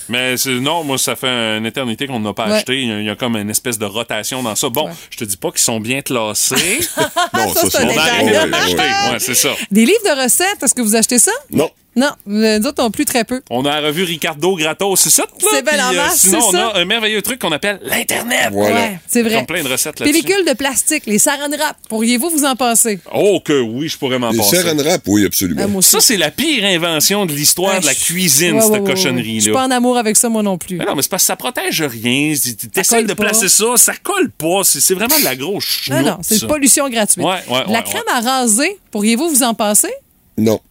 S1: Mais c'est- non, moi, ça fait une éternité qu'on n'a pas
S2: Ouais.
S1: acheté. Il y a- il y, a comme une espèce de rotation dans ça. Bon, je te dis pas qu'ils sont bien classés.
S2: Non, Ah, ça, ça, c'est un
S1: on a arrêté
S2: détail.
S1: de l'acheter. Ouais, c'est ça.
S2: Des livres de recettes, est-ce que vous achetez ça?
S1: Non.
S2: Non, euh, nous autres non plus, très peu.
S1: On a revu Ricardo Gratos, c'est ça? là?
S2: C'est belle en
S1: Puis, euh,
S2: masse,
S1: Sinon,
S2: c'est
S1: on
S2: ça.
S1: a un merveilleux truc qu'on appelle l'Internet.
S2: Voilà. Ouais, c'est vrai.
S1: Comme plein de recettes là-dessus.
S2: Pellicules de plastique, les saran wrap, pourriez-vous vous en passer?
S1: Oh, que oui, je pourrais m'en
S9: Les
S1: passer.
S9: saran wrap, oui, absolument.
S2: Ah, moi aussi. Ah,
S1: Ça, c'est la pire invention de l'histoire de la cuisine,
S2: Ouais,
S1: cette
S2: ouais, ouais, ouais. Je suis
S1: cochonnerie-là.
S2: pas en amour avec ça, moi non plus.
S1: Mais non, mais c'est parce que ça protège rien. Si tu- T'essayes
S2: colle
S1: de
S2: pas.
S1: placer ça, ça colle pas. C'est c'est vraiment de la grosse
S2: Non,
S1: chenoute,
S2: non, c'est
S1: ça.
S2: une pollution gratuite.
S1: Ouais, ouais, ouais,
S2: la crème à raser, pourriez-vous vous en passer?
S9: Non.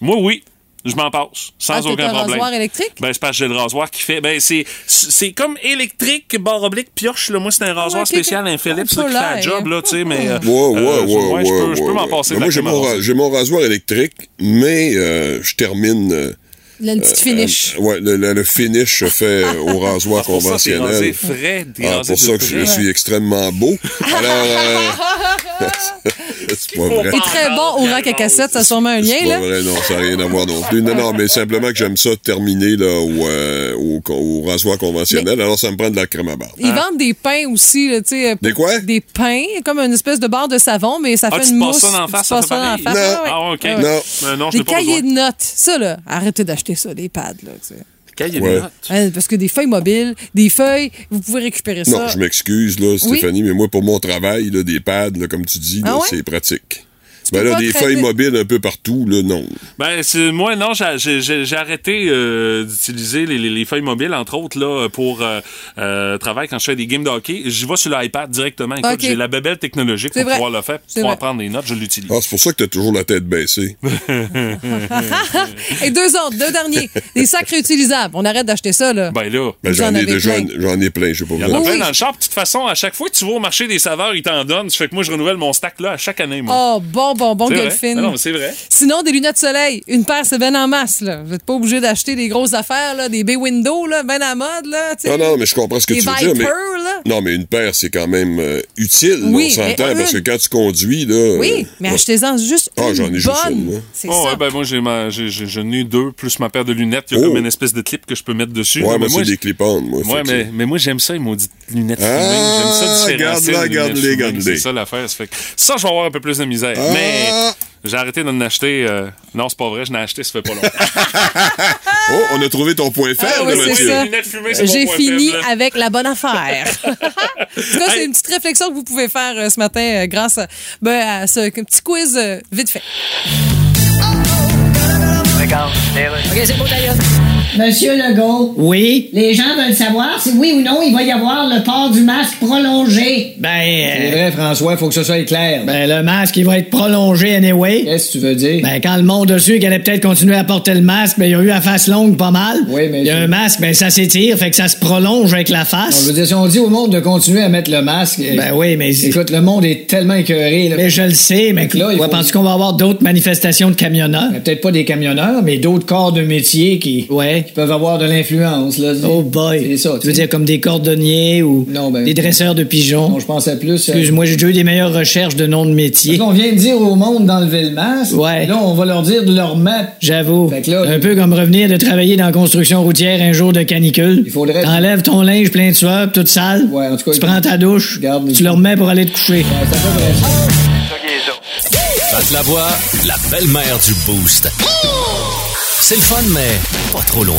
S1: Moi, oui. Je m'en passe, sans
S2: Ah, t'as
S1: aucun
S2: un
S1: problème.
S2: rasoir électrique?
S1: Ben, c'est parce que j'ai le rasoir qui fait. Ben, c'est, c'est comme électrique, barre oblique, pioche. Là. Moi, c'est un rasoir
S2: ok, ok.
S1: spécial, un Philips, là, qui fait
S2: Polaire.
S1: la job, là, tu sais, mais. euh,
S9: Ouais, ouais,
S1: euh,
S9: ouais, ouais,
S1: je peux, je peux
S9: ouais,
S1: m'en
S9: ouais.
S1: passer.
S9: Mais
S1: de la
S9: Moi, j'ai
S1: crème à
S9: mon,
S1: raser.
S9: ra- j'ai mon rasoir électrique, mais euh, je termine. euh,
S1: Ben,
S2: Il a une petite
S9: euh,
S2: finish.
S9: euh, ouais, le, le- le finish fait au rasoir
S1: Ah, pour ça, t'es rasé
S9: conventionnel.
S1: frais, t'es
S9: Ah,
S1: rasé
S9: pour
S1: de
S9: ça que je
S1: près.
S9: suis extrêmement beau. Alors, euh, c'est pas vrai.
S2: Et
S1: Ah,
S2: très bon au rack à cassette, ça a sûrement un lien,
S9: C'est pas
S2: là.
S9: vrai, non, ça n'a rien à voir non plus. Non, non, mais simplement que j'aime ça terminer là, au, euh, au, con- au rasoir conventionnel, alors ça me prend de la crème à barbe.
S1: Hein?
S2: Ils vendent des pains aussi, là, tu sais. euh,
S9: Des quoi?
S2: Des pains, comme une espèce de barre de savon, mais ça
S1: Ah,
S2: fait
S1: tu
S2: une
S1: te passes
S2: mousse.
S1: ça dans la
S2: puis
S1: face,
S2: tu
S1: ça
S2: passes
S1: fait
S2: dans la
S1: pareil.
S2: face.
S1: Non.
S2: ouais,
S1: Ah, ok.
S2: ouais.
S1: Non. Euh, non, je
S2: Des
S1: l'ai pas
S2: cahiers
S1: besoin.
S2: de notes. Ça, là, arrêtez d'acheter ça, des pads, là, tu sais.
S1: Cahier
S9: Ouais.
S2: Hein, parce que des feuilles mobiles, des feuilles, vous pouvez récupérer ça.
S9: Non, je m'excuse, là, Stéphanie, mais moi, pour mon travail, là, des pads, là, comme tu dis, là,
S2: Ah ouais?
S9: c'est pratique.
S2: Tu
S9: Ben
S2: peux
S9: là,
S2: pas
S9: des
S2: traîner-
S9: feuilles mobiles un peu partout, là, non.
S1: Ben, c'est- moi, non, j'ai- j'ai j'ai- j'ai arrêté euh, d'utiliser les, les- les feuilles mobiles, entre autres, là, pour euh, euh, travail quand je fais des games de hockey. J'y vais sur l'iPad directement. Écoute,
S2: Ok.
S1: j'ai la bébelle technologique
S2: C'est
S1: pour
S2: vrai.
S1: pouvoir le faire,
S2: C'est
S1: pour en
S2: vrai.
S1: prendre des notes, je l'utilise.
S9: Ah, c'est pour ça que t'as toujours la tête baissée.
S2: Et deux autres, deux derniers, des sacs réutilisables. On arrête d'acheter ça, là.
S1: Ben là,
S9: Ben, j'en
S2: en
S9: ai
S2: avez
S9: déjà,
S2: plein.
S9: j'en ai plein, je sais pas
S1: il y en a
S9: vous-
S1: plein dans le shop. De toute façon, à chaque fois que tu vas au marché des saveurs, ils t'en donnent. Ça fait que moi, je renouvelle mon stack là à chaque année. Moi.
S2: Oh, bon, bon, bon,
S1: C'est vrai.
S2: Golfin.
S1: Ah non, mais c'est vrai.
S2: Sinon, des lunettes de soleil, une paire, c'est ben en masse, là. Vous n'êtes pas obligé d'acheter des grosses affaires, là, des bay windows, là, ben à mode, là. tu sais.
S9: Non, Ah, non, mais je comprends ce que
S2: Des
S9: tu veux dire, mais...
S2: Viper, là.
S9: Non, mais une paire, c'est quand même euh, utile, là,
S2: Oui,
S9: on s'entend,
S2: mais
S9: parce que
S2: une-
S9: quand tu conduis, là...
S2: Oui, mais achetez-en juste
S9: euh, Ah,
S2: une
S9: j'en ai
S2: bonne.
S9: juste une, moi.
S2: C'est
S1: Oh,
S2: ça.
S1: ouais, ben moi, j'ai ma, j'ai, j'ai, j'en ai eu deux, plus ma paire de lunettes. Il y a comme une espèce de clip que je peux mettre dessus.
S9: Oh. Ouais,
S1: Non,
S9: moi, c'est
S1: j-
S9: des clip-on, moi,
S1: Ouais,
S9: fait que-
S1: mais, mais moi, j'aime ça, les maudites lunettes
S9: Ah,
S1: fumées. J'aime ça différencier.
S9: garde-la,
S1: les lunettes
S9: garde-les,
S1: fumées.
S9: garde-les.
S1: C'est ça l'affaire. Ça, fait que ça, je vais avoir un peu plus de misère.
S9: Ah.
S1: Mais j'ai arrêté d'en acheter. euh, Non, c'est pas vrai, je n'ai acheté, ça fait pas longtemps.
S9: Oh, on a trouvé ton point faible,
S2: Ah ouais, c'est
S9: Mathieu.
S2: ça.
S1: lunettes fumées, c'est mon
S2: J'ai
S1: point
S2: fini
S1: faible.
S2: avec la bonne affaire. en tout cas, c'est une petite réflexion que vous pouvez faire euh, ce matin euh, grâce à, ben, à ce petit quiz euh, vite fait.
S10: OK, c'est bon, d'ailleurs.
S6: Monsieur Legault,
S5: Oui?
S6: les gens veulent savoir si oui ou non il va y avoir le port du masque prolongé.
S5: Ben. euh,
S6: C'est vrai, François, faut que ce soit clair.
S5: Ben, le masque, il va être prolongé anyway.
S6: Qu'est-ce que tu veux dire?
S5: Ben, quand le monde a su qu'il allait peut-être continuer à porter le masque, ben, il y a eu la face longue pas mal.
S6: Oui, mais
S5: Il y a
S6: c'est-
S5: un masque, ben, ça s'étire, fait que ça se prolonge avec la
S6: On
S5: face.
S6: veut dire, si on dit au monde de continuer à mettre le masque.
S5: Ben oui, mais c'est-
S6: Écoute, le monde est tellement écœuré. là.
S5: Mais je le sais, mais
S6: Fait que là, il
S5: quoi,
S6: faut-
S5: penses-tu qu'on va avoir d'autres manifestations de camionneurs?
S6: Ben, Peut-être pas des camionneurs, mais d'autres corps de métier qui,
S5: Ouais.
S6: qui peuvent avoir de l'influence. là.
S5: Oh boy.
S6: C'est ça,
S5: Tu veux dire comme des cordonniers ou
S6: Non, ben-
S5: des dresseurs de pigeons?
S6: Bon, je pensais plus. euh,
S5: Excuse-moi, j'ai déjà eu des meilleures recherches de noms de métiers.
S6: Parce qu'on vient de dire au monde d'enlever le masque.
S5: Ouais.
S6: Là, on va leur dire de leur mettre.
S5: J'avoue.
S6: Fait que là,
S5: un peu comme revenir de travailler dans la construction routière un jour de canicule.
S6: Il faudrait-
S5: T'enlèves ton linge plein de sueur, pis toute sale.
S6: Ouais, en tout cas,
S5: tu prends ta douche.
S6: Garde-
S5: Tu le remets pour aller te coucher.
S6: Ouais, c'est à peu près ça.
S13: Pat Lavoie, la belle-mère du Boost. C'est le fun, mais pas trop longtemps.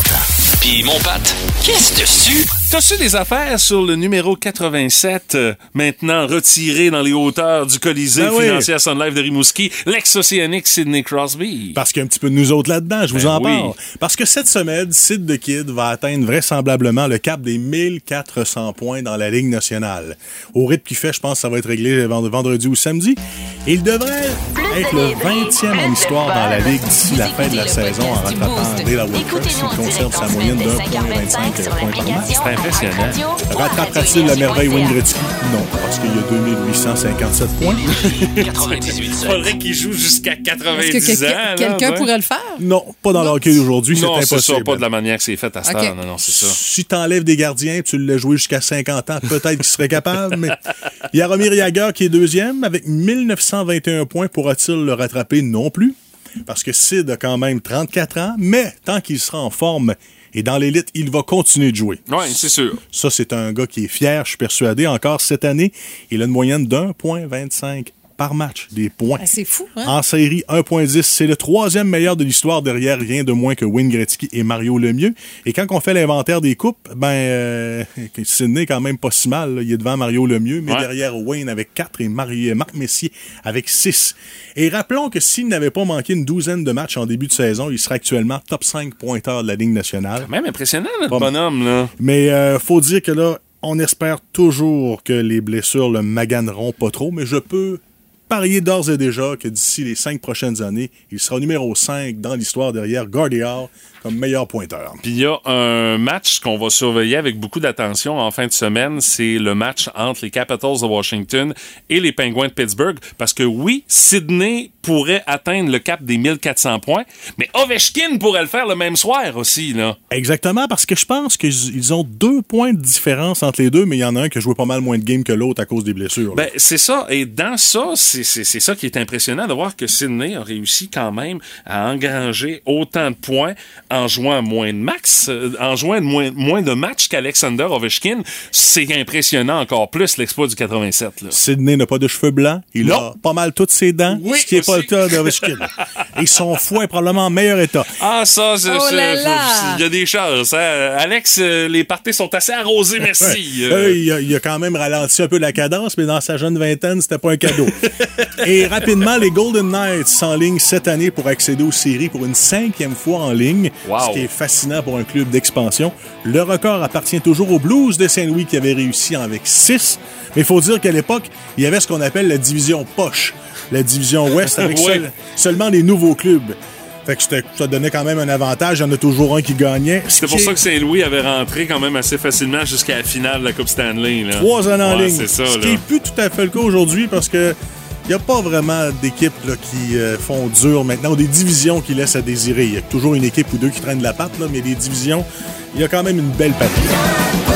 S4: Puis mon Pat, qu'est-ce dessus?
S1: T'as su des affaires sur le numéro 87, euh, maintenant retiré dans les hauteurs du Colisée
S16: Ben oui.
S1: financier à Sun Life de Rimouski, l'ex-océanique Sidney Crosby.
S16: Parce qu'il y a un petit peu de nous autres là-dedans, je vous
S1: Ben
S16: en
S1: oui.
S16: parle. Parce que cette semaine, Sid de Kid va atteindre vraisemblablement le cap des 1400 points dans la Ligue nationale. Au rythme qu'il fait, je pense que ça va être réglé vend- vendredi ou samedi. Et Il devrait être le 20e en histoire dans la Ligue d'ici la fin de la saison en rattrapant Delaware Walker s'il conserve sa moyenne de 1,25 points par match.
S1: C'est impressionnant.
S16: Rattrapera-t-il la merveille Wayne Gretzky? Non, parce qu'il y a 2857 points.
S4: 98
S1: Faudrait qu'il joue jusqu'à
S2: Est-ce que
S1: 90 Ben, ans.
S2: quelqu'un
S1: là,
S2: quelqu'un
S1: ouais.
S2: pourrait le faire?
S16: Non, pas dans le hockey d'aujourd'hui, c'est
S1: Non,
S16: impossible.
S1: c'est ça, pas de la manière que c'est fait à ce
S2: Ok.
S1: temps. Non, non, c'est ça.
S16: si t'enlèves des gardiens, tu le joué jusqu'à 50 ans, peut-être qu'il serait capable, mais Yaromir Jagr qui est deuxième avec 1921 points, pourra-t-il le rattraper non plus? Parce que Sid a quand même 34 ans, mais tant qu'il sera en forme, Et dans l'élite, il va continuer de jouer.
S1: Oui, c'est sûr.
S16: Ça, c'est un gars qui est fier, je suis persuadé. Encore cette année, il a une moyenne d'1,25 par match, des points.
S2: Ah, c'est fou, hein?
S16: En série, 1.10. C'est le troisième meilleur de l'histoire derrière rien de moins que Wayne Gretzky et Mario Lemieux. Et quand on fait l'inventaire des coupes, ben, euh, Sidney est quand même pas si mal. là. Il est devant Mario Lemieux, mais
S1: Ouais.
S16: derrière Wayne avec 4 et Marie- euh, Marc Messier avec 6. Et rappelons que s'il n'avait pas manqué une douzaine de matchs en début de saison, il serait actuellement top 5 pointeur de la Ligue nationale.
S1: Même impressionnant, notre bonhomme, là.
S16: Mais euh, faut dire que là, on espère toujours que les blessures le maganeront pas trop, mais je peux parier d'ores et déjà que d'ici les cinq prochaines années, il sera numéro 5 dans l'histoire derrière Guardiard comme meilleur pointeur.
S1: Puis il y a un match qu'on va surveiller avec beaucoup d'attention en fin de semaine, c'est le match entre les Capitals de Washington et les Penguins de Pittsburgh, parce que oui, Sydney pourrait atteindre le cap des 1400 points, mais Ovechkin pourrait le faire le même soir aussi, là.
S16: Exactement, parce que je pense qu'ils ils ont deux points de différence entre les deux, mais il y en a un qui a joué pas mal moins de games que l'autre à cause des blessures. là.
S1: Ben, c'est ça. Et dans ça, c'est c'est- c'est ça qui est impressionnant de voir que Sydney a réussi quand même à engranger autant de points en jouant moins de max, euh, en jouant de moins, moins de matchs qu'Alexander Ovechkin. C'est impressionnant encore plus l'exploit du 87. Là.
S16: Sidney n'a pas de cheveux blancs, il a
S1: Non.
S16: pas mal toutes ses dents,
S1: Oui,
S16: ce qui n'est
S1: aussi.
S16: pas le cas d'Ovechkin. et son foie est probablement en meilleur état.
S1: Ah, ça, c'est-
S16: Oh
S1: c'est-
S16: là là!
S1: il y a des chances. hein. Alex, euh, les parties sont assez arrosées, merci.
S16: Ouais.
S1: Euh,
S16: Euh, il, a, il a quand même ralenti un peu la cadence, mais dans sa jeune vingtaine, c'était pas un cadeau. Et rapidement, les Golden Knights s'enlignent cette année pour accéder aux séries pour une cinquième fois en ligne, ce qui est fascinant pour un club d'expansion. Le record appartient toujours aux Blues de Saint-Louis qui avaient réussi en avec six. Mais il faut dire qu'à l'époque, il y avait ce qu'on appelle la division poche, la division ouest avec
S1: Ouais.
S16: seul- seulement les nouveaux clubs. Fait que c'était- ça donnait quand même un avantage. Il y en a toujours un qui gagnait. Ce
S1: C'est pour
S16: qui est-
S1: ça que Saint-Louis avait rentré quand même assez facilement jusqu'à la finale de la Coupe Stanley. Là.
S16: Trois années en
S1: Ouais,
S16: ligne.
S1: C'est ça,
S16: ce
S1: là.
S16: qui n'est plus tout à fait le cas aujourd'hui parce que il n'y a pas vraiment d'équipes là, qui euh, font dur maintenant ou des divisions qui laissent à désirer. Il y a toujours une équipe ou deux qui traînent la patte, là, mais des divisions, il y a quand même une belle patte.